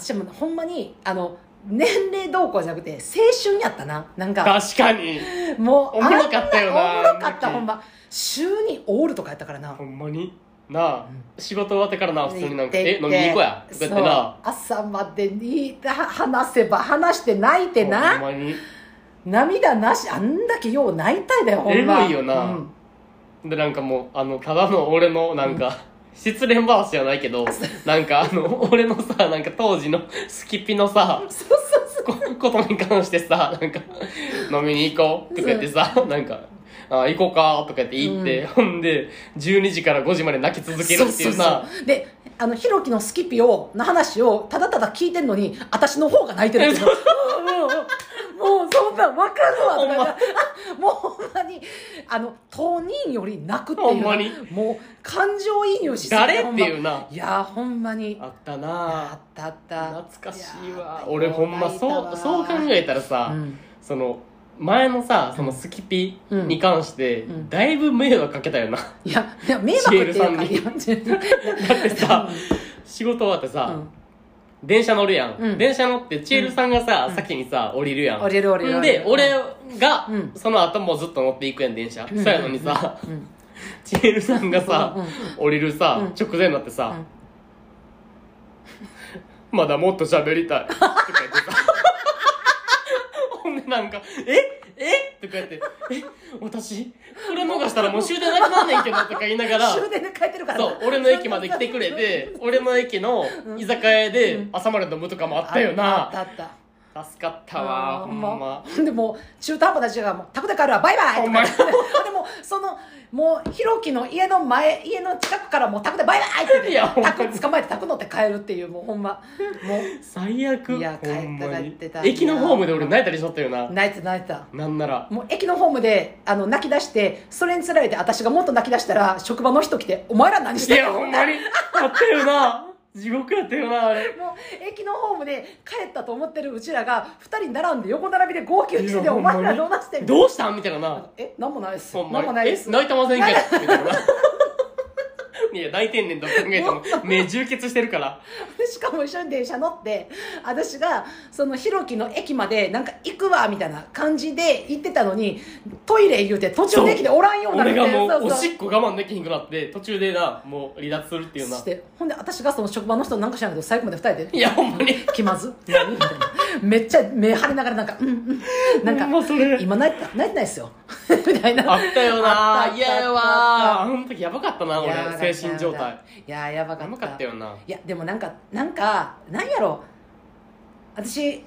[SPEAKER 1] 私もほんまにあの年齢どうこうじゃなくて青春やったななんか
[SPEAKER 2] 確かに
[SPEAKER 1] もう
[SPEAKER 2] おもろかったよな
[SPEAKER 1] あんおもろかった
[SPEAKER 2] あの時
[SPEAKER 1] ほんま週にオールとかやったからな
[SPEAKER 2] ほんまになあ、
[SPEAKER 1] うん
[SPEAKER 2] 仕事終わってからな普通になんか「え飲
[SPEAKER 1] 行
[SPEAKER 2] み
[SPEAKER 1] っ
[SPEAKER 2] に
[SPEAKER 1] て
[SPEAKER 2] 行こうや」とか言ってな
[SPEAKER 1] そう朝までには話せば話して泣いて
[SPEAKER 2] ほん
[SPEAKER 1] な
[SPEAKER 2] まに
[SPEAKER 1] 涙なしあんだけよう泣いたいだよほんま
[SPEAKER 2] えぐいよな
[SPEAKER 1] うん
[SPEAKER 2] でなんかもうあのただの俺のなんか、失恋話じゃないけどなんかあ の俺のさなんか当時のスキピのさ
[SPEAKER 1] そうそうそう
[SPEAKER 2] こことに関してさなんか「飲みに行こう」とか言ってさなんか「あ行こうか」とか言って行って、ほんで12時から5時まで泣き続けるっていう
[SPEAKER 1] そ
[SPEAKER 2] さ
[SPEAKER 1] うそうそうであのひろきのスキピをの話をただただ聞いてんのに私の方が泣いてるっていううんうんうんもうそんなん分かるわとか言ってあもうほんまにあの当人より泣くって
[SPEAKER 2] ほ
[SPEAKER 1] い
[SPEAKER 2] ん
[SPEAKER 1] う
[SPEAKER 2] まに
[SPEAKER 1] もう感情移入しすぎ
[SPEAKER 2] 誰って
[SPEAKER 1] ほ
[SPEAKER 2] い
[SPEAKER 1] ん
[SPEAKER 2] う
[SPEAKER 1] ま
[SPEAKER 2] ない
[SPEAKER 1] やほんまに
[SPEAKER 2] あった
[SPEAKER 1] あ
[SPEAKER 2] な
[SPEAKER 1] ったあった
[SPEAKER 2] 懐かしいわ
[SPEAKER 1] や
[SPEAKER 2] 俺ほんまそうそう考えたらさ、
[SPEAKER 1] うん
[SPEAKER 2] その前のさそのスキピに関し
[SPEAKER 1] ん
[SPEAKER 2] て、
[SPEAKER 1] うん
[SPEAKER 2] だいぶ迷惑かけたよなだ
[SPEAKER 1] いやいや迷惑っていうか
[SPEAKER 2] シ
[SPEAKER 1] い
[SPEAKER 2] エル
[SPEAKER 1] や全然
[SPEAKER 2] ってさ仕事終わって
[SPEAKER 1] う
[SPEAKER 2] さ、
[SPEAKER 1] ん
[SPEAKER 2] 電車乗るやん、
[SPEAKER 1] うん
[SPEAKER 2] 電車乗ってチエルさんがさ、
[SPEAKER 1] うん
[SPEAKER 2] 先にさ降りるやん
[SPEAKER 1] 降りる降りる
[SPEAKER 2] んで
[SPEAKER 1] うん
[SPEAKER 2] 俺が、
[SPEAKER 1] うん
[SPEAKER 2] その後もずっと乗っていくやん電車、
[SPEAKER 1] うん
[SPEAKER 2] そうやのにさ、
[SPEAKER 1] うん
[SPEAKER 2] チエルさんがさ、
[SPEAKER 1] うん
[SPEAKER 2] 降りるさ、
[SPEAKER 1] うん
[SPEAKER 2] 直前になってさ、まだもっと喋りたい。とか言ってさ。 ほんでなんか、ええとか言って、え私、これ逃したらもう終電なくなんねんけどとか言いながら、
[SPEAKER 1] 終電で帰ってるからな
[SPEAKER 2] そう、俺の駅まで来てくれて、俺の駅の居酒屋で朝まで飲むとかもあったよ
[SPEAKER 1] あっ
[SPEAKER 2] な。
[SPEAKER 1] たあった
[SPEAKER 2] 助かったわ、ほんま。
[SPEAKER 1] ほんでもう中途半端な人がもう「タクタクあるわバイバイ!」
[SPEAKER 2] ほんま
[SPEAKER 1] とか言って でもそのもうひろきの家の前家の近くからもう「タクでバイバイ!」って
[SPEAKER 2] いやほん
[SPEAKER 1] 言
[SPEAKER 2] ま
[SPEAKER 1] ってタク捕まえてタク乗って帰るっていうもうほんまも
[SPEAKER 2] 最悪。
[SPEAKER 1] いや帰った
[SPEAKER 2] ほんま
[SPEAKER 1] 帰っ
[SPEAKER 2] に
[SPEAKER 1] てた
[SPEAKER 2] 駅のホームで俺泣いたりしとったよな
[SPEAKER 1] う。泣いてた泣いてた
[SPEAKER 2] なんなら。
[SPEAKER 1] もう駅のホームであの泣き出してそれにつられて私がもっと泣き出したら職場の人来て「お前ら何し
[SPEAKER 2] い
[SPEAKER 1] てん
[SPEAKER 2] や、
[SPEAKER 1] の?」
[SPEAKER 2] ほんまに。あったよな。地獄やったよな、あれ。
[SPEAKER 1] もう駅のホームで帰ったと思ってるうちらが2人並んで横並びで号泣
[SPEAKER 2] い
[SPEAKER 1] して
[SPEAKER 2] や
[SPEAKER 1] て「
[SPEAKER 2] ほ
[SPEAKER 1] お
[SPEAKER 2] んまに
[SPEAKER 1] 前らどうなしてんの?
[SPEAKER 2] どうしたんみたいなな。」
[SPEAKER 1] え何もないです
[SPEAKER 2] ほん
[SPEAKER 1] 何も
[SPEAKER 2] ま
[SPEAKER 1] ない
[SPEAKER 2] に。
[SPEAKER 1] で
[SPEAKER 2] え
[SPEAKER 1] す
[SPEAKER 2] 泣いてませんけど。みたいな いや、泣いてんねんと考 えても、目充血してるから。
[SPEAKER 1] でしかも一緒に電車乗って私がそのひろきの駅までなんか行くわみたいな感じで行ってたのにトイレ言うて途中で駅でおらんようになる
[SPEAKER 2] 俺がもう、お
[SPEAKER 1] そう
[SPEAKER 2] しっこ我慢できひんくなって、途中でな、もう離脱するっていうな
[SPEAKER 1] し。てほんで私がその職場の人なんか知らんけど最後まで2人で
[SPEAKER 2] いや、ほんまに。
[SPEAKER 1] 気まず 何みたいなめっちゃ目張りながらなんかうんうんなんか
[SPEAKER 2] もうそれ。
[SPEAKER 1] 今泣いてた泣いてないですよ みたいな
[SPEAKER 2] あったよ
[SPEAKER 1] あったあ
[SPEAKER 2] な。
[SPEAKER 1] った
[SPEAKER 2] いややわ。あの時やばかったな、
[SPEAKER 1] いやー
[SPEAKER 2] 俺。精神状態。
[SPEAKER 1] いやーやばか
[SPEAKER 2] や
[SPEAKER 1] っ
[SPEAKER 2] ば
[SPEAKER 1] た
[SPEAKER 2] かったよな。
[SPEAKER 1] いやでもなんかなんかなんやろ私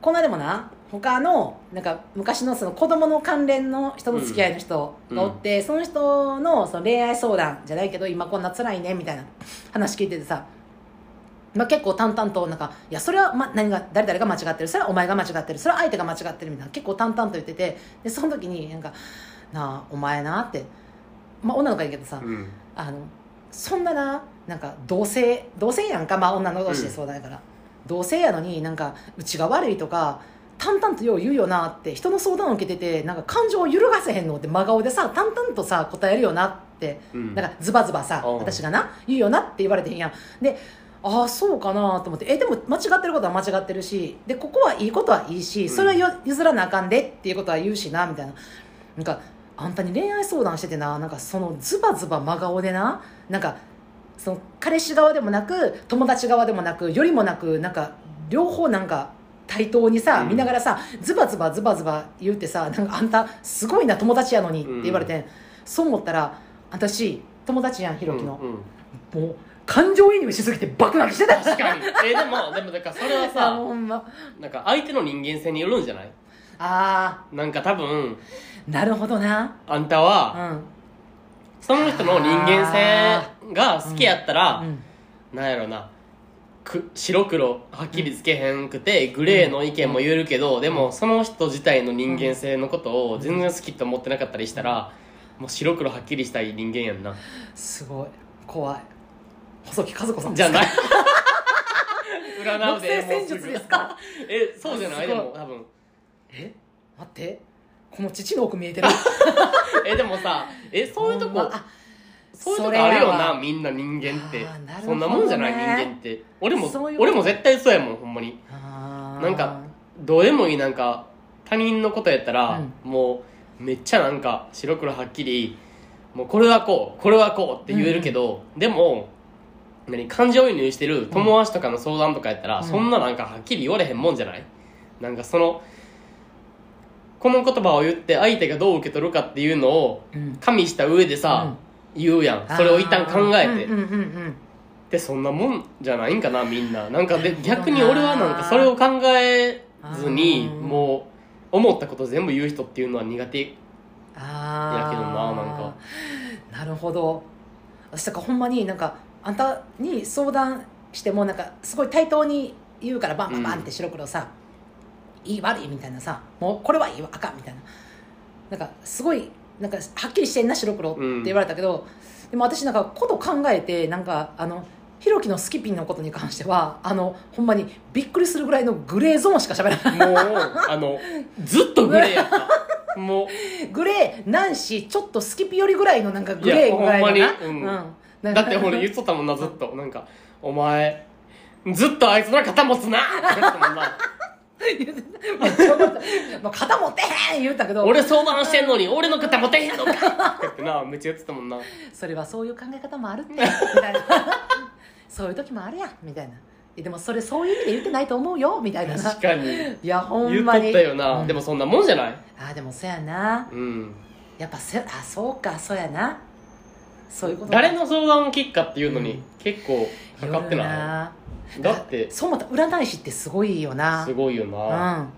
[SPEAKER 1] この間もな他のなんか昔のその子供の関連の人の付き合いの人がおって、その人のその恋愛相談じゃないけど今こんな辛いねみたいな話聞いててさ、まあ、結構淡々となんかいやそれは、ま、何が誰々が間違ってるそれはお前が間違ってるそれは相手が間違ってるみたいな結構淡々と言っててでその時になんか「なあお前な」って、まあ、女の子やけどさ、
[SPEAKER 2] うん
[SPEAKER 1] あのそんなななんか同性同性やんかまあ女の同士で相談やから、同性やのになんかうちが悪いとか淡々とよう言うよなって人の相談を受けててなんか感情を揺るがせへんのって真顔でさ淡々とさ答えるよなって、
[SPEAKER 2] うん
[SPEAKER 1] なんかズバズバさ、
[SPEAKER 2] うん
[SPEAKER 1] 私がな言うよなって言われてへんやんでああそうかなと思ってえでも間違ってることは間違ってるしでここはいいことはいいしそれはよ譲らなあかんでっていうことは言うしなみたいななんかあんたに恋愛相談しててななんかそのズバズバ真顔でななんかその彼氏側でもなく友達側でもなくよりもなくなんか両方なんか対等にさ、
[SPEAKER 2] うん
[SPEAKER 1] 見ながらさズバズバズバズバ言うってさなんかあんたすごいな友達やのにって言われて、そう思ったら私友達やんひろきの、
[SPEAKER 2] うんうん
[SPEAKER 1] もう感情移入しすぎて爆泣き してた
[SPEAKER 2] 確かにえでもでもだからそれは
[SPEAKER 1] あ
[SPEAKER 2] さ
[SPEAKER 1] ほんま
[SPEAKER 2] なんか相手の人間性によるんじゃない
[SPEAKER 1] あ
[SPEAKER 2] なんか多分
[SPEAKER 1] ーなるほどな
[SPEAKER 2] あんた
[SPEAKER 1] う
[SPEAKER 2] は
[SPEAKER 1] ん
[SPEAKER 2] その人の人間性が好きやったら、
[SPEAKER 1] うん
[SPEAKER 2] なんやろなく白黒はっきりつけへんくてグレーの意見も言えるけど、でもその人自体の人間性のことを全然好きと思ってなかったりしたら、もう白黒はっきりしたい人間やんな
[SPEAKER 1] すごい怖い細木和子さん
[SPEAKER 2] じゃない 占う
[SPEAKER 1] 六星
[SPEAKER 2] でも
[SPEAKER 1] 戦
[SPEAKER 2] うす
[SPEAKER 1] 術
[SPEAKER 2] ぐ
[SPEAKER 1] ですか
[SPEAKER 2] えそうじゃない
[SPEAKER 1] すご
[SPEAKER 2] で
[SPEAKER 1] い
[SPEAKER 2] も多分
[SPEAKER 1] え待ってこの父の奥見えてる
[SPEAKER 2] えでもさえそういうと
[SPEAKER 1] ほんま
[SPEAKER 2] こ
[SPEAKER 1] あ
[SPEAKER 2] そういうとこあるよ
[SPEAKER 1] それや
[SPEAKER 2] な
[SPEAKER 1] わ
[SPEAKER 2] みんな人間って
[SPEAKER 1] あーなるほどね
[SPEAKER 2] そんなもんじゃない人間って俺も
[SPEAKER 1] そういうこと
[SPEAKER 2] 俺も絶対そうやもんほんまに
[SPEAKER 1] あー
[SPEAKER 2] なんかどうでもいいなんか他人のことやったら、
[SPEAKER 1] うん
[SPEAKER 2] もうめっちゃなんか白黒はっきりもうこれはこうこれはこうって言えるけど、でも何感情移入してる友達とかの相談とかやったら、
[SPEAKER 1] うん
[SPEAKER 2] そんななんかはっきり言われへんもんじゃないなんかそのこの言葉を言って相手がどう受け取るかっていうのを
[SPEAKER 1] うん
[SPEAKER 2] 加味した上でさ、言うやんそれを一旦考えて、
[SPEAKER 1] うんうんうんうん
[SPEAKER 2] でそんなもんじゃないんかなみんななんかで
[SPEAKER 1] なるほどな
[SPEAKER 2] 逆に俺はなんかそれを考えずに
[SPEAKER 1] あー
[SPEAKER 2] もう思ったこと全部言う人っていうのは苦手
[SPEAKER 1] ああ
[SPEAKER 2] いやけどななんか
[SPEAKER 1] なるほど私だからほんまになんかあんたに相談してもなんかすごい対等に言うからバンバンバンって白黒さ、いい悪いみたいなさもうこれはいいわあかんみたいななんかすごいなんかはっきりしてんな白黒って言われたけど、でも私なんかこと考えてなんかあのひろきのスキピンのことに関してはあのほんまにびっくりするぐらいのグレーゾーンしか喋らない
[SPEAKER 2] もうあのずっとグレーやったもう
[SPEAKER 1] グレーないしちょっとスキピよりぐらいのなんかグレーぐらいの
[SPEAKER 2] いや
[SPEAKER 1] な
[SPEAKER 2] ほんまにうん
[SPEAKER 1] なんか
[SPEAKER 2] だって俺言っとったもんなずっとなんか「お前ずっとあいつの肩持つな!」って言ったも んな
[SPEAKER 1] 言ってためっちゃ思ったもう肩持ってへん言ったけど
[SPEAKER 2] 俺相談してんのに俺の肩持てへんのかって言ってなめっちゃ言ってたもんな
[SPEAKER 1] それはそういう考え方もあるってみたいなそういう時もあるやんみたいないやでもそれそういう意味で言ってないと思うよみたいな
[SPEAKER 2] 確かに
[SPEAKER 1] いやほん
[SPEAKER 2] 言っとっ
[SPEAKER 1] まに
[SPEAKER 2] たよな、
[SPEAKER 1] うん
[SPEAKER 2] でもそんなもんじゃない
[SPEAKER 1] あでもそやな
[SPEAKER 2] うん
[SPEAKER 1] やっぱせあそうかそうやなそういうこと
[SPEAKER 2] 誰の相談を聞くかっていうの
[SPEAKER 1] う
[SPEAKER 2] に
[SPEAKER 1] ん
[SPEAKER 2] 結構かかって
[SPEAKER 1] よる
[SPEAKER 2] な
[SPEAKER 1] ない
[SPEAKER 2] だって
[SPEAKER 1] そう思ったら占い師ってすごいよな
[SPEAKER 2] すごいよ
[SPEAKER 1] うん、
[SPEAKER 2] な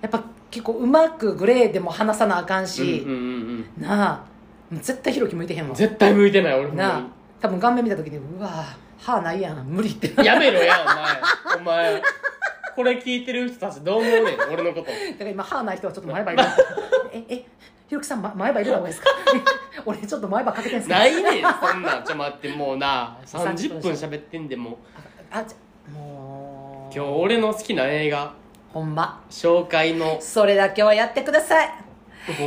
[SPEAKER 1] やっぱ結構うまくグレーでも話さなあかんし、
[SPEAKER 2] うんうん
[SPEAKER 1] なあもう絶対ひろき向いてへん
[SPEAKER 2] う
[SPEAKER 1] も
[SPEAKER 2] ん
[SPEAKER 1] ん
[SPEAKER 2] 絶対向いてない俺ほん
[SPEAKER 1] なあ
[SPEAKER 2] ま
[SPEAKER 1] 多分顔面見た時にうわ歯ないやん無理って
[SPEAKER 2] に やめろやお前お前これ聞いてる人たちどう思うねん俺のこ と
[SPEAKER 1] だから今歯ない人はちょっと前 歯いるええひろきさん、ま、前歯入れた方がいいですか 俺ちょっと前歯かけてんすけど
[SPEAKER 2] ないねんそんなんちょ待ってもうな
[SPEAKER 1] 30
[SPEAKER 2] 30分喋ってんでもう
[SPEAKER 1] あじゃもう
[SPEAKER 2] 今日俺の好きな映画
[SPEAKER 1] ほんま
[SPEAKER 2] 紹介 の
[SPEAKER 1] それだけはやってください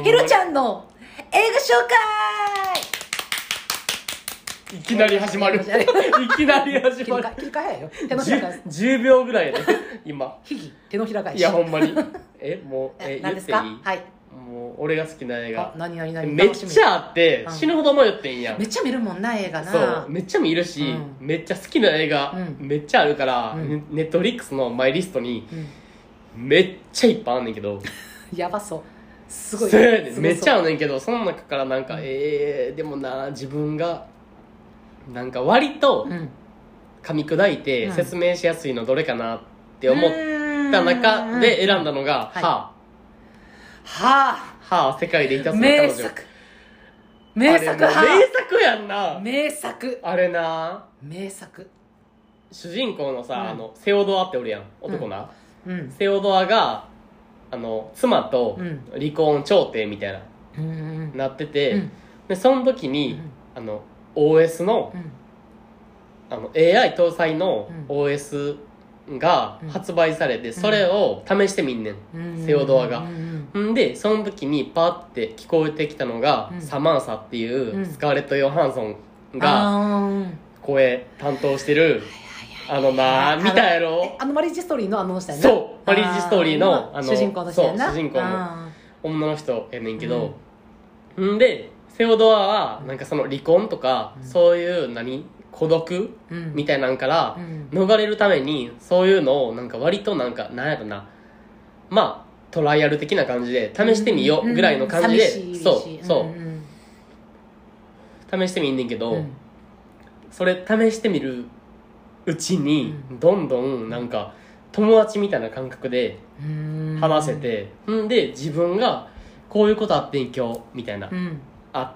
[SPEAKER 1] ひろちゃんの映画紹介
[SPEAKER 2] んいきなり始ま るいきなり
[SPEAKER 1] 切
[SPEAKER 2] 始
[SPEAKER 1] り
[SPEAKER 2] まる
[SPEAKER 1] 替え切り替えやよ手のひら返す
[SPEAKER 2] 10 10秒ぐらいで今
[SPEAKER 1] ひぎ手のひら返し
[SPEAKER 2] いやほんまにえもう
[SPEAKER 1] え
[SPEAKER 2] え言
[SPEAKER 1] 何
[SPEAKER 2] っ
[SPEAKER 1] です
[SPEAKER 2] てい
[SPEAKER 1] か
[SPEAKER 2] い
[SPEAKER 1] はい
[SPEAKER 2] もう俺が好きな映
[SPEAKER 1] あ
[SPEAKER 2] 画
[SPEAKER 1] 何何何
[SPEAKER 2] めっちゃあって
[SPEAKER 1] うん
[SPEAKER 2] 死ぬほど迷ってんや
[SPEAKER 1] め
[SPEAKER 2] ん
[SPEAKER 1] っちゃ見るもんな映画な
[SPEAKER 2] そうめっちゃ見るし、
[SPEAKER 1] う
[SPEAKER 2] めっちゃ好きな映画、
[SPEAKER 1] うん
[SPEAKER 2] めっちゃあるから、
[SPEAKER 1] うん
[SPEAKER 2] ねネットフリックスのマイリストに
[SPEAKER 1] うん
[SPEAKER 2] めっちゃいっぱいあんねんけど
[SPEAKER 1] やばそうすごい
[SPEAKER 2] そうやねん
[SPEAKER 1] すごそう
[SPEAKER 2] めっちゃあんねんけどその中からなんか、
[SPEAKER 1] うん
[SPEAKER 2] えー、でもな自分がなんか割と
[SPEAKER 1] うん
[SPEAKER 2] 噛み砕いて
[SPEAKER 1] うん
[SPEAKER 2] 説明しやすいのどれかなって思っ
[SPEAKER 1] う
[SPEAKER 2] った中で選んだのが「
[SPEAKER 1] はい
[SPEAKER 2] は
[SPEAKER 1] は
[SPEAKER 2] あはあ世界でいた
[SPEAKER 1] あ
[SPEAKER 2] その彼
[SPEAKER 1] 名
[SPEAKER 2] 女」
[SPEAKER 1] 作名
[SPEAKER 2] あれ
[SPEAKER 1] 作
[SPEAKER 2] な名
[SPEAKER 1] は
[SPEAKER 2] 作やんな
[SPEAKER 1] 名作
[SPEAKER 2] あれな
[SPEAKER 1] 名作
[SPEAKER 2] 主人公のさ、
[SPEAKER 1] うん
[SPEAKER 2] あのセオドアっておるやん男な、
[SPEAKER 1] うん
[SPEAKER 2] セオドアがあの妻と
[SPEAKER 1] うん
[SPEAKER 2] 離婚調停みたいな、
[SPEAKER 1] うんうん
[SPEAKER 2] なってて、
[SPEAKER 1] うん
[SPEAKER 2] でその時
[SPEAKER 1] う
[SPEAKER 2] に、
[SPEAKER 1] ん
[SPEAKER 2] あの OS の
[SPEAKER 1] うん
[SPEAKER 2] あの AI 搭載の
[SPEAKER 1] うん
[SPEAKER 2] OS が
[SPEAKER 1] うん
[SPEAKER 2] 発売されて、それを試してみんねん、
[SPEAKER 1] うん
[SPEAKER 2] セオドアが
[SPEAKER 1] うんうん
[SPEAKER 2] んでその時にパッて聞こえてきたのが、
[SPEAKER 1] うん
[SPEAKER 2] サマンサっていう、
[SPEAKER 1] うん
[SPEAKER 2] スカーレット・ヨハンソンが
[SPEAKER 1] あーうん
[SPEAKER 2] 声担当してるあのな見たや
[SPEAKER 1] え
[SPEAKER 2] ろ
[SPEAKER 1] あのマリッジストーリーのあの人やね
[SPEAKER 2] そうマリッジストーリーの
[SPEAKER 1] あ
[SPEAKER 2] あの
[SPEAKER 1] 主人公の人やな
[SPEAKER 2] そう主人公の
[SPEAKER 1] あ
[SPEAKER 2] 女の人やねんけど、んでセオドアはなんかその離婚とか、
[SPEAKER 1] うん
[SPEAKER 2] そういう何孤独
[SPEAKER 1] ーうん
[SPEAKER 2] みたいなんから
[SPEAKER 1] うん
[SPEAKER 2] 逃れるためにそういうのをなんか割となんかなんやろなまあトライアル的な感じで試してみようぐらいの感じで、
[SPEAKER 1] うん
[SPEAKER 2] そうそう、
[SPEAKER 1] んん
[SPEAKER 2] 試してみんねんけど、
[SPEAKER 1] うん
[SPEAKER 2] それ試してみるうちに、
[SPEAKER 1] う
[SPEAKER 2] どんどんなんか友達みたいな感覚で
[SPEAKER 1] うん
[SPEAKER 2] 話せて、ん、で自分がこういうことあってん今日みたいな、
[SPEAKER 1] うん
[SPEAKER 2] あ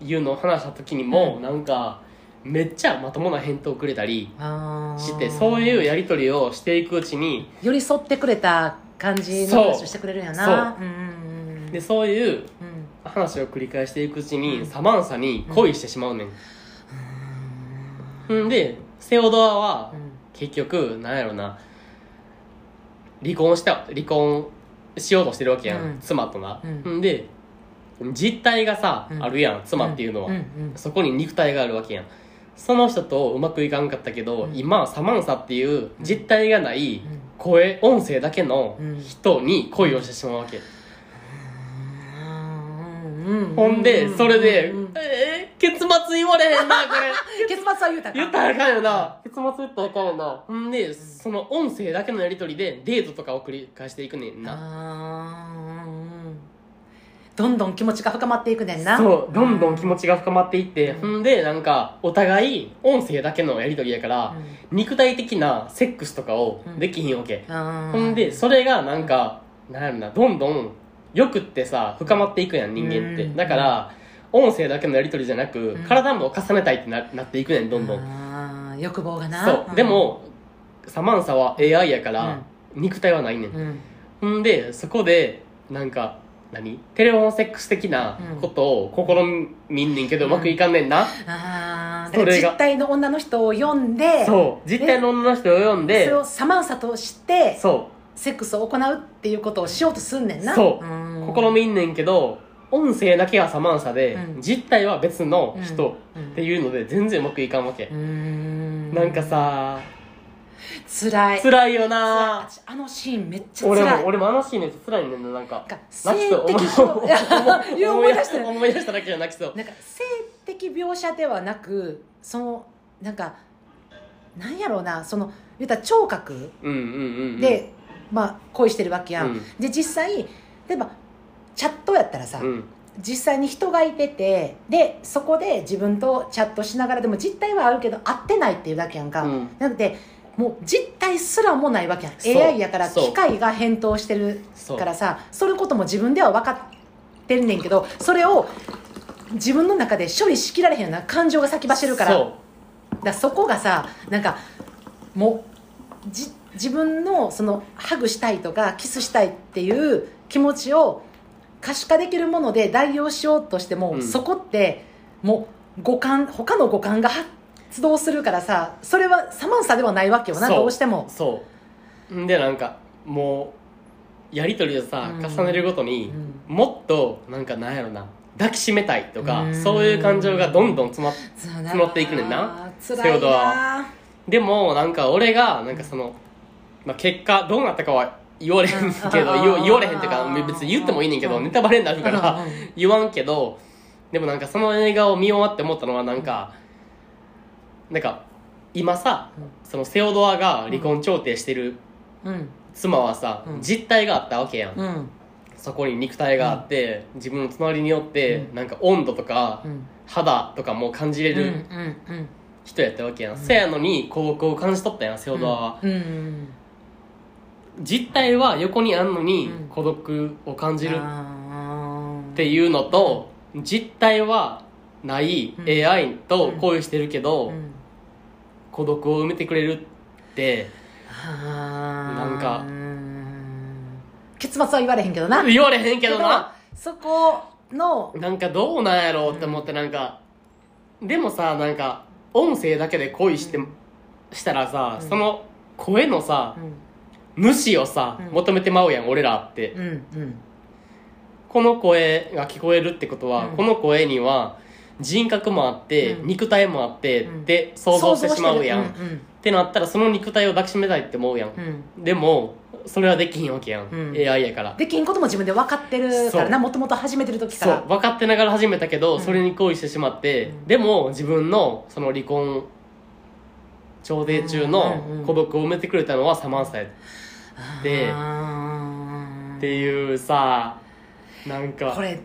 [SPEAKER 2] いうのを話した時に
[SPEAKER 1] う
[SPEAKER 2] も、
[SPEAKER 1] ん
[SPEAKER 2] なんかめっちゃまともな返答くれたり
[SPEAKER 1] あー
[SPEAKER 2] してそういうやり取りをしていくうちに
[SPEAKER 1] 寄り添ってくれた感じ
[SPEAKER 2] そう
[SPEAKER 1] の話をしてくれるんやなうんうんうん
[SPEAKER 2] でそうい
[SPEAKER 1] う
[SPEAKER 2] う
[SPEAKER 1] ん
[SPEAKER 2] 話を繰り返していくうちに、
[SPEAKER 1] うん
[SPEAKER 2] サマンサに恋してしまうねん、ん、でセオドアは
[SPEAKER 1] うん
[SPEAKER 2] 結局なんやろな離婚した離婚しようとしてるわけやん、
[SPEAKER 1] うん
[SPEAKER 2] 妻とな、
[SPEAKER 1] うん
[SPEAKER 2] ん、で実態がさ、
[SPEAKER 1] うん
[SPEAKER 2] あるやん妻っていうのは、
[SPEAKER 1] んん
[SPEAKER 2] そこに肉体があるわけやんその人とうまくいかんかったけど、
[SPEAKER 1] うん
[SPEAKER 2] 今はサマンサっていう実体がな
[SPEAKER 1] う
[SPEAKER 2] い
[SPEAKER 1] ん
[SPEAKER 2] 声音声だけの
[SPEAKER 1] うん
[SPEAKER 2] 人に恋をしてしまうわけ、
[SPEAKER 1] うんうん
[SPEAKER 2] ほんでそれで「
[SPEAKER 1] うんうんうん
[SPEAKER 2] えー、結末言われへんなこ れ」
[SPEAKER 1] 結末は言うたか
[SPEAKER 2] 言ったらあかんよな結末言ったらあかんよなほんでその音声だけのやり取りでデートとかを繰り返していくねんな
[SPEAKER 1] あーうんどんどん気持ちが深まっていくねんな
[SPEAKER 2] そうどんどん気持
[SPEAKER 1] ち
[SPEAKER 2] ちが深まっていって、
[SPEAKER 1] うん
[SPEAKER 2] ほんでなんかお互い音声だけのやり取りやから、肉体的なセックスとかをできひんわけ、ほんでそれがなんかなんやろなどんどん欲ってさ深まっていくやん人間って、
[SPEAKER 1] うん
[SPEAKER 2] だから音声だけのやり取りじゃなく、
[SPEAKER 1] うん
[SPEAKER 2] 体も重ねたいってななっていくねんどんどん、
[SPEAKER 1] ん欲望がな
[SPEAKER 2] そう、
[SPEAKER 1] ん
[SPEAKER 2] でもサマンサは AI やか
[SPEAKER 1] う
[SPEAKER 2] ら
[SPEAKER 1] ん、
[SPEAKER 2] 肉体はないねん、
[SPEAKER 1] うん
[SPEAKER 2] ほんでそこでなんか何テレフォンセックス的なことを試みんねんけど、
[SPEAKER 1] う
[SPEAKER 2] うんまくいかんねんな、
[SPEAKER 1] あー
[SPEAKER 2] それが
[SPEAKER 1] 実体の女の人を読んで
[SPEAKER 2] そう実態の女の人を読んで
[SPEAKER 1] それをサマンサとして
[SPEAKER 2] そ
[SPEAKER 1] セックスを行うっていうことをしようとすんねんな
[SPEAKER 2] そう
[SPEAKER 1] うん
[SPEAKER 2] う試みんねんけど音声だけはサマンサで、
[SPEAKER 1] うん
[SPEAKER 2] 実態は別の人
[SPEAKER 1] うん
[SPEAKER 2] っていうので全然うまくいかんわけ
[SPEAKER 1] う、ん
[SPEAKER 2] なんかさ
[SPEAKER 1] 辛い
[SPEAKER 2] 辛いよな
[SPEAKER 1] 私あのシーンめっちゃ辛い
[SPEAKER 2] 俺も俺もあのシーンめっちゃ辛いねんななんか
[SPEAKER 1] なんか性
[SPEAKER 2] 泣きそう
[SPEAKER 1] 的表
[SPEAKER 2] 思い
[SPEAKER 1] いや 思い出したよ
[SPEAKER 2] 思い出しただけじゃ泣きそう
[SPEAKER 1] なんか性的描写ではなくそのなんかなんやろうなその言ったら聴覚
[SPEAKER 2] うんうんうんうん
[SPEAKER 1] で、まあ恋してるわけやん、
[SPEAKER 2] うん
[SPEAKER 1] で実際例えばチャットやったらさ、
[SPEAKER 2] うん
[SPEAKER 1] 実際に人がいててでそこで自分とチャットしながらでも実態は合うけど合ってないっていうだけやんか、
[SPEAKER 2] うん
[SPEAKER 1] なのでもう実態すらもないわけやん
[SPEAKER 2] そう
[SPEAKER 1] AI やから
[SPEAKER 2] そう
[SPEAKER 1] 機械が返答してる
[SPEAKER 2] そう
[SPEAKER 1] からさそういうことも自分では分かってんねんけどそれを自分の中で処理しきられへんような感情が先走るから
[SPEAKER 2] そう
[SPEAKER 1] だからそこがさなんかもうじ自分のそのハグしたいとかキスしたいっていう気持ちを可視化できるもので代用しようとしても、
[SPEAKER 2] うん
[SPEAKER 1] そこってもう五感他の五感が発動するからさそれはサマンサではないわけよな
[SPEAKER 2] そう
[SPEAKER 1] どうしても。
[SPEAKER 2] そうでなんかもうやり取りをさ、
[SPEAKER 1] うん
[SPEAKER 2] 重ねるごとに、もっとなんかなんやろな抱きしめたいとか、
[SPEAKER 1] うん
[SPEAKER 2] そういう感情がどんどん詰まっ
[SPEAKER 1] 詰
[SPEAKER 2] まっていくねんな
[SPEAKER 1] 辛
[SPEAKER 2] セオ
[SPEAKER 1] い
[SPEAKER 2] ド
[SPEAKER 1] な
[SPEAKER 2] アでもなんか俺がなんかその、まあ、結果どうなったかは言われへんけど、
[SPEAKER 1] うん
[SPEAKER 2] 言わ言われへんっていうか
[SPEAKER 1] うん
[SPEAKER 2] 別に言ってもいいねんけど、
[SPEAKER 1] うん
[SPEAKER 2] ネタバレになるか
[SPEAKER 1] う
[SPEAKER 2] ら、
[SPEAKER 1] んうんうん
[SPEAKER 2] 言わんけどでもなんかその映画を見終わって思ったのはなんか、なんか今さそのセオドアが離婚調停してる
[SPEAKER 1] うん
[SPEAKER 2] 妻はさ、
[SPEAKER 1] うん
[SPEAKER 2] 実体があったわけやん、
[SPEAKER 1] うん
[SPEAKER 2] そこに肉体があって、自分の隣によって、
[SPEAKER 1] う
[SPEAKER 2] なんか温度とか、
[SPEAKER 1] うん
[SPEAKER 2] 肌とかも感じれ
[SPEAKER 1] うん
[SPEAKER 2] る
[SPEAKER 1] うん
[SPEAKER 2] 人やったわけやん、
[SPEAKER 1] うん
[SPEAKER 2] せやのにこうこう感じ取ったやんセオドアは、
[SPEAKER 1] うんうん
[SPEAKER 2] 実態は横にあんのに
[SPEAKER 1] うん
[SPEAKER 2] 孤独を感じるっ
[SPEAKER 1] あー
[SPEAKER 2] ていうのと実態はない
[SPEAKER 1] うん
[SPEAKER 2] AI と
[SPEAKER 1] うん
[SPEAKER 2] 恋してるけど
[SPEAKER 1] うん
[SPEAKER 2] 孤独を埋めてくれるって
[SPEAKER 1] な
[SPEAKER 2] なんか
[SPEAKER 1] 結末は言われへんけどな
[SPEAKER 2] 言われへんけどな
[SPEAKER 1] そこの
[SPEAKER 2] なんかどうなんやろうって思ってなんかでもさなんか音声だけで恋して
[SPEAKER 1] うん
[SPEAKER 2] したらさ
[SPEAKER 1] うん
[SPEAKER 2] その声のさ
[SPEAKER 1] うん
[SPEAKER 2] 主をさ
[SPEAKER 1] うん
[SPEAKER 2] 求めてまうやん俺らって
[SPEAKER 1] うんうん
[SPEAKER 2] この声が聞こえるってことは、
[SPEAKER 1] うん
[SPEAKER 2] この声には人格もあって、
[SPEAKER 1] うん
[SPEAKER 2] 肉体もあって、
[SPEAKER 1] うん
[SPEAKER 2] で想像してしまうやん、
[SPEAKER 1] 想
[SPEAKER 2] っ
[SPEAKER 1] 像してる
[SPEAKER 2] てなったらその肉体を抱きしめたいって思うやん、
[SPEAKER 1] うんうんうん
[SPEAKER 2] でもそれはできひんわけやん、
[SPEAKER 1] うん
[SPEAKER 2] AI やから
[SPEAKER 1] できんことも自分で分かってるから
[SPEAKER 2] そ
[SPEAKER 1] な
[SPEAKER 2] う
[SPEAKER 1] もともと始めてる時か
[SPEAKER 2] そ
[SPEAKER 1] ら
[SPEAKER 2] う分かってながら始めたけど、
[SPEAKER 1] うん
[SPEAKER 2] それに恋してしまって、
[SPEAKER 1] うん
[SPEAKER 2] でも自分のその離婚調停中
[SPEAKER 1] うんうん
[SPEAKER 2] の
[SPEAKER 1] うん
[SPEAKER 2] 孤独を埋めてくれたのはサマンサやっで
[SPEAKER 1] あー
[SPEAKER 2] ていうさなん
[SPEAKER 1] こ
[SPEAKER 2] か
[SPEAKER 1] れ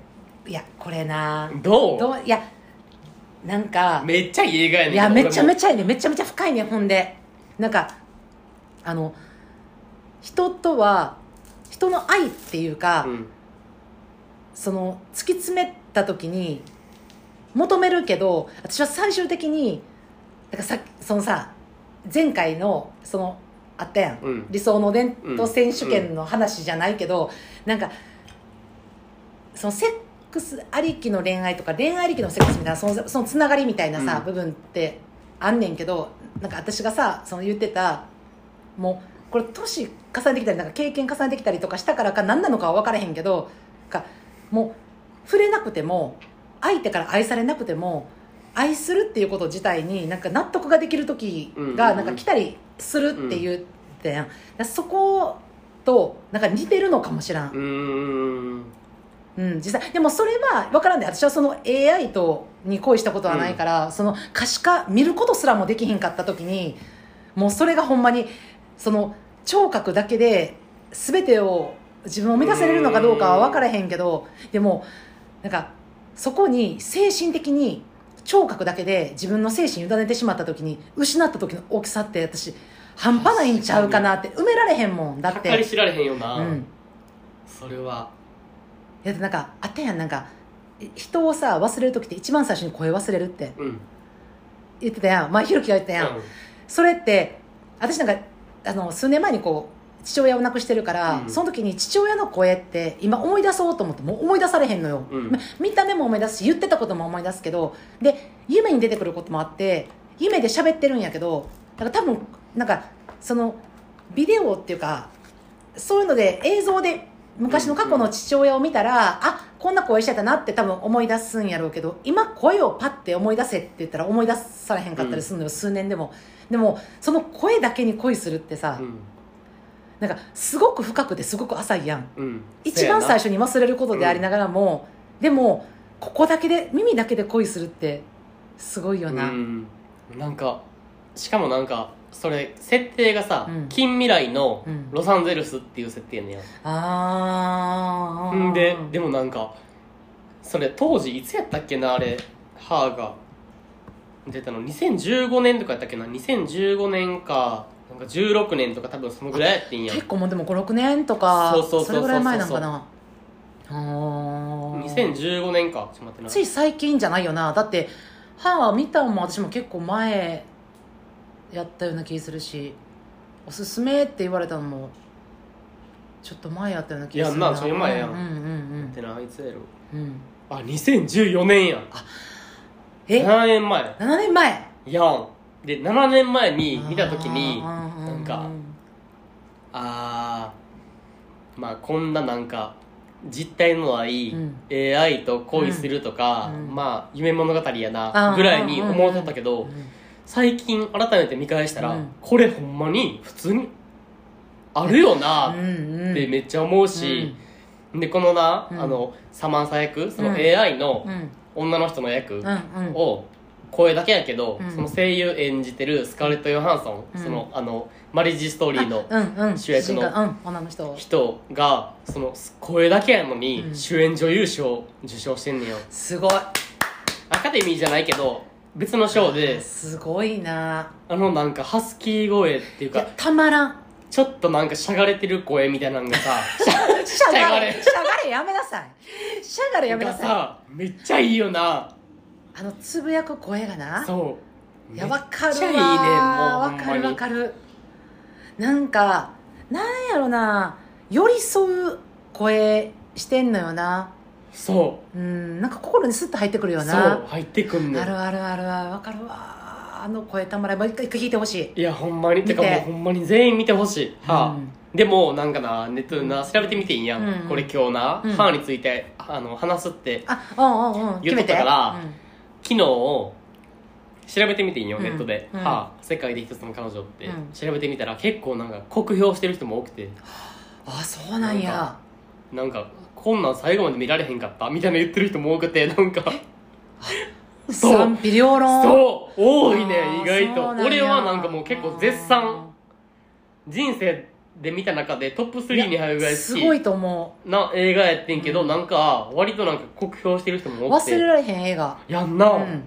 [SPEAKER 1] いやこれな
[SPEAKER 2] どう
[SPEAKER 1] どういやなんか
[SPEAKER 2] めっちゃいい映画やねん
[SPEAKER 1] いやめちゃめ
[SPEAKER 2] ち
[SPEAKER 1] ちゃいいねめちゃめちゃ深いねほんでなんかあの人とは人の愛っていうか、
[SPEAKER 2] うん
[SPEAKER 1] その突き詰めた時に求めるけど私は最終的にだからさそのさ前回のそのあったやん、
[SPEAKER 2] うん
[SPEAKER 1] 理想の伝統選手権の話じゃないけど、なんかそのセックスありきの恋愛とか恋愛ありきのセックスみたいなそのそのつながりみたいなさ、
[SPEAKER 2] うん
[SPEAKER 1] 部分ってあんねんけどなんか私がさその言ってたもうこれ年重ねてきたりなんか経験重ねてきたりとかしたからか何なのかは分からへんけどかもう触れなくても相手から愛されなくても愛するっていうこと自体になんか納得ができる時
[SPEAKER 2] う
[SPEAKER 1] が
[SPEAKER 2] んうん
[SPEAKER 1] な
[SPEAKER 2] うん
[SPEAKER 1] んか来たりするっていうてやんだからそことなんか似てるのかもしら、
[SPEAKER 2] うんーん
[SPEAKER 1] うん、実際でもそれは分からんで、私はその AI とに恋したことはないから、その可視化見ることすらもできひんかった時にもうそれがほんまにその聴覚だけで全てを自分を生み出せれるのかどうかは分からへんけどでもなんかそこに精神的に聴覚だけで自分の精神委ねてしまった時に失った時の大きさって私半端ないんちゃうかなって埋められへんもんだっ
[SPEAKER 2] 計り
[SPEAKER 1] て。
[SPEAKER 2] 知られへんよな、
[SPEAKER 1] うん
[SPEAKER 2] それは
[SPEAKER 1] だってなんかあったやんなんかい人をさ忘れる時って一番最初に声忘れるって
[SPEAKER 2] うん
[SPEAKER 1] 言ってたやんまあひろきが言ってたやん、それって私なんかあの数年前にこう父親を亡くしてるから、
[SPEAKER 2] うん
[SPEAKER 1] その時に父親の声って今思い出そうと思っても思い出されへんのよ、
[SPEAKER 2] うん
[SPEAKER 1] ま見た目も思い出すし言ってたことも思い出すけどで夢に出てくることもあって夢で喋ってるんやけどだから多分なんかそのビデオっていうかそういうので映像で昔の過去の父親を見たら、あこんな声してたなって多分思い出すんやろうけど今声をパッて思い出せって言ったら思い出されへんかったりするのよ、数年でもでもその声だけに恋するってさ、
[SPEAKER 2] うん
[SPEAKER 1] なんかすごく深くてすごく浅いやん
[SPEAKER 2] うん
[SPEAKER 1] 一番最
[SPEAKER 2] 初
[SPEAKER 1] 初に忘れることでありながらも、でもここだけで耳だけで恋するってすごいよ
[SPEAKER 2] う
[SPEAKER 1] な、
[SPEAKER 2] んなんかしかもなんかそれ設定がさ、
[SPEAKER 1] うん
[SPEAKER 2] 近未来の
[SPEAKER 1] うん
[SPEAKER 2] ロサンゼルスっていう設定ね
[SPEAKER 1] あ
[SPEAKER 2] や、
[SPEAKER 1] あ
[SPEAKER 2] ん、ででもなんかそれ当時いつやったっけなあれハーが出たの2015年とかやったっけな2015年かなんか16年とか多分そのぐらいやってんやん
[SPEAKER 1] 結構もうでも56年とか
[SPEAKER 2] そうそうそうそうそう
[SPEAKER 1] れぐらい前なんかなあー
[SPEAKER 2] 2015年かちょっと待ってな
[SPEAKER 1] つい最近じゃないよなだって歯は見たんも私も結構前やったような気するしおすすめって言われたのもちょっと前やったような気する
[SPEAKER 2] いやんなちょい前やん
[SPEAKER 1] うんうんうん
[SPEAKER 2] ってなあいつやろ
[SPEAKER 1] うん、うん、
[SPEAKER 2] あ2014年や
[SPEAKER 1] え
[SPEAKER 2] 7年前
[SPEAKER 1] 7年前
[SPEAKER 2] やんで7年前に見た時にあ
[SPEAKER 1] なん
[SPEAKER 2] かあーまあこんななんか実体のない
[SPEAKER 1] うん
[SPEAKER 2] AI と恋するとか、
[SPEAKER 1] うん
[SPEAKER 2] まあ夢物語や
[SPEAKER 1] あ
[SPEAKER 2] な
[SPEAKER 1] ー
[SPEAKER 2] ぐらいに思うとったけ
[SPEAKER 1] う
[SPEAKER 2] ど
[SPEAKER 1] ん
[SPEAKER 2] 最近改めて見返したら、
[SPEAKER 1] うん
[SPEAKER 2] これほんまに普通にあるよなっ
[SPEAKER 1] うん
[SPEAKER 2] てめっちゃ思うし、でこのな、
[SPEAKER 1] うん
[SPEAKER 2] あのサマンサ役その
[SPEAKER 1] うん
[SPEAKER 2] AI の
[SPEAKER 1] うんうん
[SPEAKER 2] 女の人の役、
[SPEAKER 1] うんうん
[SPEAKER 2] を声だけやけど、
[SPEAKER 1] うん
[SPEAKER 2] その声優演じてるスカーレット・ヨハンソン、
[SPEAKER 1] うん
[SPEAKER 2] そのあのマリッジ・ストーリーの
[SPEAKER 1] の
[SPEAKER 2] 主役の
[SPEAKER 1] うん、女の人
[SPEAKER 2] 人がその声だけやのに
[SPEAKER 1] うん
[SPEAKER 2] 主演女優賞を受賞してんねんよ、
[SPEAKER 1] すごい
[SPEAKER 2] アカデミーじゃないけど別の賞です
[SPEAKER 1] ごいな
[SPEAKER 2] あのなんかハスキー声っていう
[SPEAKER 1] いや
[SPEAKER 2] か
[SPEAKER 1] たまらん
[SPEAKER 2] ちょっとなんかしゃがれてる声みたいなのがさし ゃ
[SPEAKER 1] しゃが
[SPEAKER 2] しゃが
[SPEAKER 1] れ
[SPEAKER 2] れ
[SPEAKER 1] しゃがれやめなさいしゃがれやめな
[SPEAKER 2] が
[SPEAKER 1] さ
[SPEAKER 2] さめっちゃいいよない
[SPEAKER 1] あのつぶやく声がな
[SPEAKER 2] そう
[SPEAKER 1] い
[SPEAKER 2] い
[SPEAKER 1] やわかるわ
[SPEAKER 2] めっちゃいいねもう
[SPEAKER 1] わ
[SPEAKER 2] ほん
[SPEAKER 1] か
[SPEAKER 2] ま
[SPEAKER 1] る
[SPEAKER 2] に
[SPEAKER 1] わかるなんかなんやろな寄り添う声してんのよな
[SPEAKER 2] そ
[SPEAKER 1] うんなんか心にスッと入ってくる
[SPEAKER 2] う
[SPEAKER 1] よ
[SPEAKER 2] そ
[SPEAKER 1] な
[SPEAKER 2] う入ってくんの
[SPEAKER 1] あるあるあるあるわかるわあの声たまらないもう一回一回聞いてほしい
[SPEAKER 2] いやほんまにてか
[SPEAKER 1] 見
[SPEAKER 2] もう
[SPEAKER 1] て
[SPEAKER 2] ほんまに全員見てほしい、はあ
[SPEAKER 1] うん
[SPEAKER 2] でもなんかなネットでな調べてみていいやん、
[SPEAKER 1] うん
[SPEAKER 2] これ今日な、
[SPEAKER 1] うん
[SPEAKER 2] 母についてあの話すって
[SPEAKER 1] あうんうんうん決
[SPEAKER 2] 言っと
[SPEAKER 1] め
[SPEAKER 2] ってたから
[SPEAKER 1] うん
[SPEAKER 2] 昨日調べてみていいよ、
[SPEAKER 1] うん
[SPEAKER 2] ネットで、
[SPEAKER 1] うん
[SPEAKER 2] はあ世界で一つの彼女って、
[SPEAKER 1] うん
[SPEAKER 2] 調べてみたら結構なんか酷評してる人も多くて
[SPEAKER 1] あそうなん
[SPEAKER 2] なん
[SPEAKER 1] や
[SPEAKER 2] なんかこんなん最後まで見られへんかったみたいな言ってる人も多くてなんかそう
[SPEAKER 1] 賛否両論
[SPEAKER 2] そう多い
[SPEAKER 1] あ
[SPEAKER 2] ね
[SPEAKER 1] ー
[SPEAKER 2] 意外
[SPEAKER 1] そ
[SPEAKER 2] と
[SPEAKER 1] うなんや
[SPEAKER 2] 俺はなんかもう結構絶賛人生で見た中でトップ3に入るぐらい
[SPEAKER 1] す
[SPEAKER 2] 好
[SPEAKER 1] ご
[SPEAKER 2] き
[SPEAKER 1] いと思
[SPEAKER 2] な映画やってんけど、
[SPEAKER 1] うん
[SPEAKER 2] なんか割となんか酷評してる人
[SPEAKER 1] う
[SPEAKER 2] も多く
[SPEAKER 1] 忘
[SPEAKER 2] て
[SPEAKER 1] れられへん映画
[SPEAKER 2] やんな、
[SPEAKER 1] うん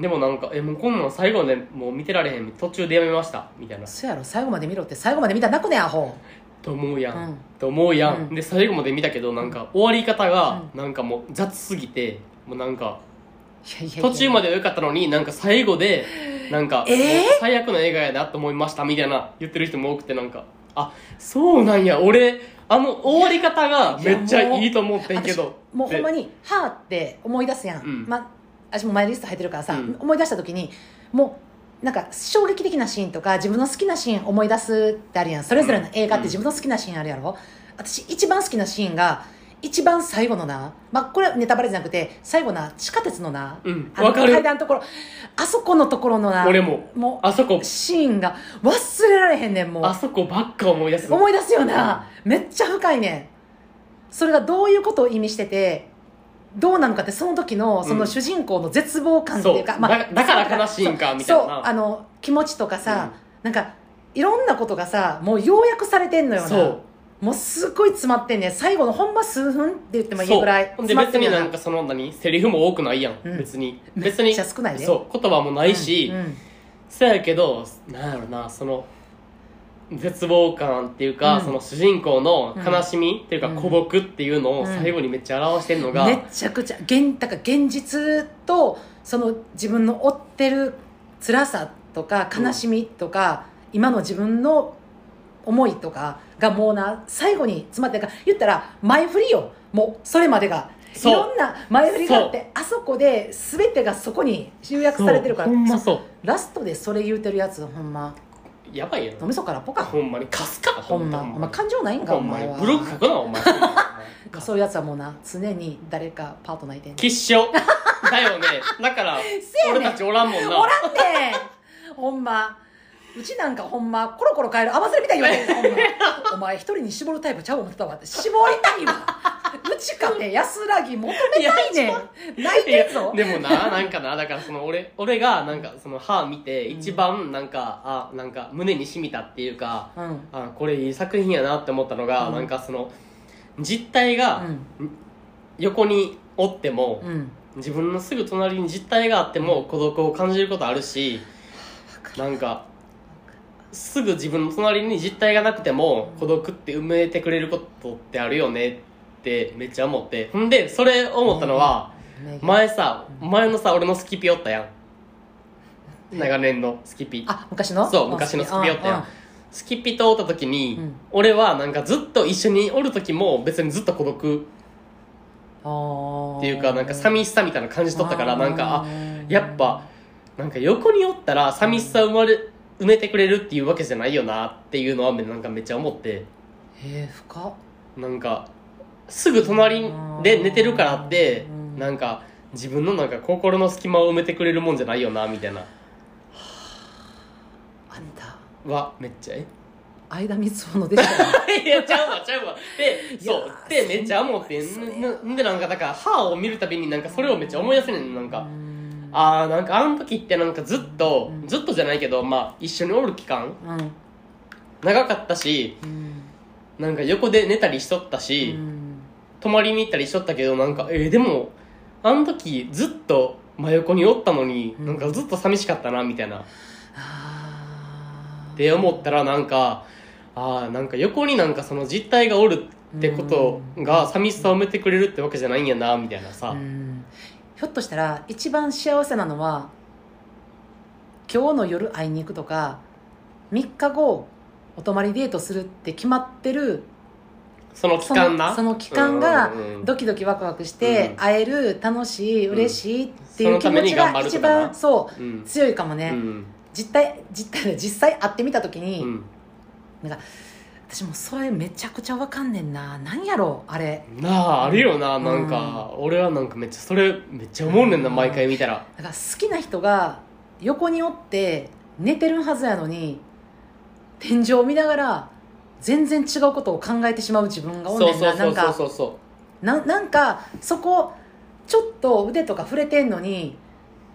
[SPEAKER 2] でもなんかえもうこんなん最後までもう見てられへん途中でやめましたみたいな
[SPEAKER 1] そやろ最後まで見ろって最後まで見たら泣くねんアホ
[SPEAKER 2] と思うやん、
[SPEAKER 1] うん
[SPEAKER 2] と思うやん、
[SPEAKER 1] うん
[SPEAKER 2] で最後まで見たけどなんか終わり方がなんかもう雑すぎてもうなんか途中ま
[SPEAKER 1] で
[SPEAKER 2] では良かったのになんか最後でなんか、
[SPEAKER 1] えー
[SPEAKER 2] もう最悪の映画やなと思いましたみたいな言ってる人も多くてなんかあそうなんや俺あの終わり方がめっちゃいいと思ってんけど
[SPEAKER 1] もうほんま
[SPEAKER 2] に
[SPEAKER 1] に「はあ」って思い出すやん、
[SPEAKER 2] うん
[SPEAKER 1] ま、私もマイリスト入ってるからさ、
[SPEAKER 2] うん
[SPEAKER 1] 思い出した時にもうなんか衝撃的なシーンとか自分の好きなシーン思い出すってあるやんそれぞれの映画って自分の好きなシーンあるやろ、私一番好きなシーンが一番最後のな、まあ、これはネタバレじゃなくて最後な地下鉄のな、
[SPEAKER 2] うん
[SPEAKER 1] あの
[SPEAKER 2] わかる
[SPEAKER 1] 階段のところあそこのところのな
[SPEAKER 2] 俺も
[SPEAKER 1] も
[SPEAKER 2] あそこ
[SPEAKER 1] うシーンが忘れられへんねんもう
[SPEAKER 2] あそこばっか思い出す
[SPEAKER 1] 思い出すよなめっちゃ深いねんそれがどういうことを意味しててどうなのかってその時のその主人公の絶望感っていうか、
[SPEAKER 2] そう
[SPEAKER 1] まあ、
[SPEAKER 2] だだから悲しいんかみたいな
[SPEAKER 1] そうあの気持ちとかさ、なんかいろんなことがさもう要約されてんのよな
[SPEAKER 2] そう
[SPEAKER 1] もうすっごい詰まってんねん最後のほんま数分って言ってもい
[SPEAKER 2] そう
[SPEAKER 1] いぐらい
[SPEAKER 2] ほん
[SPEAKER 1] 詰
[SPEAKER 2] で
[SPEAKER 1] まっ
[SPEAKER 2] 別
[SPEAKER 1] てる
[SPEAKER 2] に
[SPEAKER 1] よ
[SPEAKER 2] なんかその何セリフも多くないやん、
[SPEAKER 1] うん
[SPEAKER 2] 別に
[SPEAKER 1] めっ
[SPEAKER 2] 別に
[SPEAKER 1] ちゃ少ないで
[SPEAKER 2] そう言葉もないし、
[SPEAKER 1] うんうん
[SPEAKER 2] そやけどなんやろなその絶望感っていうか、
[SPEAKER 1] うん
[SPEAKER 2] その主人公の悲しみっていうか
[SPEAKER 1] うん
[SPEAKER 2] 孤独っていうのを
[SPEAKER 1] うん
[SPEAKER 2] 最後にめっちゃ表してるのが、
[SPEAKER 1] めちゃくちゃ現だから現実とその自分の追ってる辛さとか悲しみとか、今の自分の思いとかがもうな最後に詰まってるから言ったら前振りよもうそれまでがい
[SPEAKER 2] そう
[SPEAKER 1] ろんな前振りがあってあそこで全てがそこに集約されてるから
[SPEAKER 2] そうほんまそう
[SPEAKER 1] ラストでそれ言うてるやつほんま
[SPEAKER 2] やばいや
[SPEAKER 1] 脳
[SPEAKER 2] ろ
[SPEAKER 1] みそからポカ
[SPEAKER 2] ほんまにかすか
[SPEAKER 1] ほんまお
[SPEAKER 2] ほん
[SPEAKER 1] 前
[SPEAKER 2] ま
[SPEAKER 1] 感情ないんか
[SPEAKER 2] ほ
[SPEAKER 1] お
[SPEAKER 2] んま
[SPEAKER 1] 前
[SPEAKER 2] に
[SPEAKER 1] は
[SPEAKER 2] ブログ書く なお前
[SPEAKER 1] そういうやつはもうな常に誰かパートナーいてんねん
[SPEAKER 2] 吉祥だよねだか ら
[SPEAKER 1] せやねん
[SPEAKER 2] 俺たちおら んもんな
[SPEAKER 1] おらんねんほんまうちなんかほんまコロコロ変える合わせるみたいに言われてんほんまお前一人に絞るタイプちゃう思ってたわって絞りたい わうちかね安らぎ求めたいねん泣い
[SPEAKER 2] い
[SPEAKER 1] て
[SPEAKER 2] や
[SPEAKER 1] るぞ
[SPEAKER 2] でもななんかなだからその俺俺がなんかその歯見て一番なんか、あなんか胸にしみたっていうか
[SPEAKER 1] うんうん
[SPEAKER 2] あこれいい作品やなって思ったのが、
[SPEAKER 1] うん
[SPEAKER 2] なんかその実体が横におっても、
[SPEAKER 1] うん
[SPEAKER 2] 自分のすぐ隣に実体があっても孤独を感じることあるしなんかすぐ自分の隣に実体がなくても孤独って埋めてくれることってあるよねってめっちゃ思ってほんでそれ思ったのは、
[SPEAKER 1] 名言
[SPEAKER 2] 前さ
[SPEAKER 1] うん
[SPEAKER 2] 前のさ俺のスキピおったやん長年のスキピ
[SPEAKER 1] あ昔の
[SPEAKER 2] そう昔のスピおったやんスキピとおった時に、
[SPEAKER 1] うん
[SPEAKER 2] 俺はなんかずっと一緒におる時も別にずっと孤独
[SPEAKER 1] っ
[SPEAKER 2] っていうかなんか寂
[SPEAKER 1] し
[SPEAKER 2] しさみたいな感じとったからなんかあ
[SPEAKER 1] あ
[SPEAKER 2] やっぱなんか横におったら寂しさ生まれ埋めてくれるっていうわけじゃないよなっていうのはめなんかめっちゃ思って
[SPEAKER 1] へえ深っ
[SPEAKER 2] なんかすぐ隣で寝てるからって
[SPEAKER 1] うん
[SPEAKER 2] なんか自分のなんか心の隙間を埋めてくれるもんじゃないよなみたいな
[SPEAKER 1] あんた
[SPEAKER 2] はめっちゃえ
[SPEAKER 1] 相田光雄の弟子だよ
[SPEAKER 2] いや、ちゃうわ、ちゃうわ。で、そう。で、めっちゃ思って
[SPEAKER 1] それ
[SPEAKER 2] ん。んんで、なんか、だから、歯を見るたびに、なんか、それをめっちゃ思い出せねん。なん
[SPEAKER 1] う
[SPEAKER 2] か、
[SPEAKER 1] ん
[SPEAKER 2] あー、なんか、あの時って、なんか、ずっと
[SPEAKER 1] う、ん
[SPEAKER 2] ずっとじゃないけど、まあ、一緒におる期間、
[SPEAKER 1] うん
[SPEAKER 2] 長かったし、
[SPEAKER 1] うん
[SPEAKER 2] なんか、横で寝たりしとったし、
[SPEAKER 1] うん
[SPEAKER 2] 泊まりに行ったりしとったけど、なんか、えー、でも、あの時、ずっと、真横におったのに、
[SPEAKER 1] うん
[SPEAKER 2] なんか、ずっと寂しかったな、みたいな。
[SPEAKER 1] あ
[SPEAKER 2] っ
[SPEAKER 1] ー
[SPEAKER 2] て思ったら、なんか、ああなんか横になんかその実態がおるってことが寂しさを埋めてくれるってわけじゃないんやなみたいなさ、
[SPEAKER 1] うんひょっとしたら一番幸せなのは今日の夜会いに行くとか3日後お泊まりデートするって決まってる
[SPEAKER 2] その期間な
[SPEAKER 1] そのその期間が
[SPEAKER 2] うんうんうん
[SPEAKER 1] ドキドキワクワクして
[SPEAKER 2] うん
[SPEAKER 1] 会える楽しい
[SPEAKER 2] ん
[SPEAKER 1] 嬉しいって
[SPEAKER 2] そ
[SPEAKER 1] いう
[SPEAKER 2] の
[SPEAKER 1] 気
[SPEAKER 2] ため
[SPEAKER 1] 持
[SPEAKER 2] に
[SPEAKER 1] ち
[SPEAKER 2] 頑張
[SPEAKER 1] が
[SPEAKER 2] る
[SPEAKER 1] 一
[SPEAKER 2] とかな
[SPEAKER 1] 番そううん強いかもね、
[SPEAKER 2] うん
[SPEAKER 1] 実態実態実際会ってみた時に、
[SPEAKER 2] うん
[SPEAKER 1] 私もそれめちゃくちゃわかんねんな何やろうあれ
[SPEAKER 2] なああるよななんか、俺はなんかめっちゃそれめっちゃ思うねんな
[SPEAKER 1] うん
[SPEAKER 2] 毎回見たら、
[SPEAKER 1] だから好きな人が横におって寝てるはずやのに天井を見ながら全然違うことを考えてしまう自分がおん
[SPEAKER 2] そう
[SPEAKER 1] ねん
[SPEAKER 2] そう
[SPEAKER 1] なな
[SPEAKER 2] そ
[SPEAKER 1] ん
[SPEAKER 2] うそう
[SPEAKER 1] か
[SPEAKER 2] そうそ
[SPEAKER 1] ななんかそこちょっと腕とか触れてんのに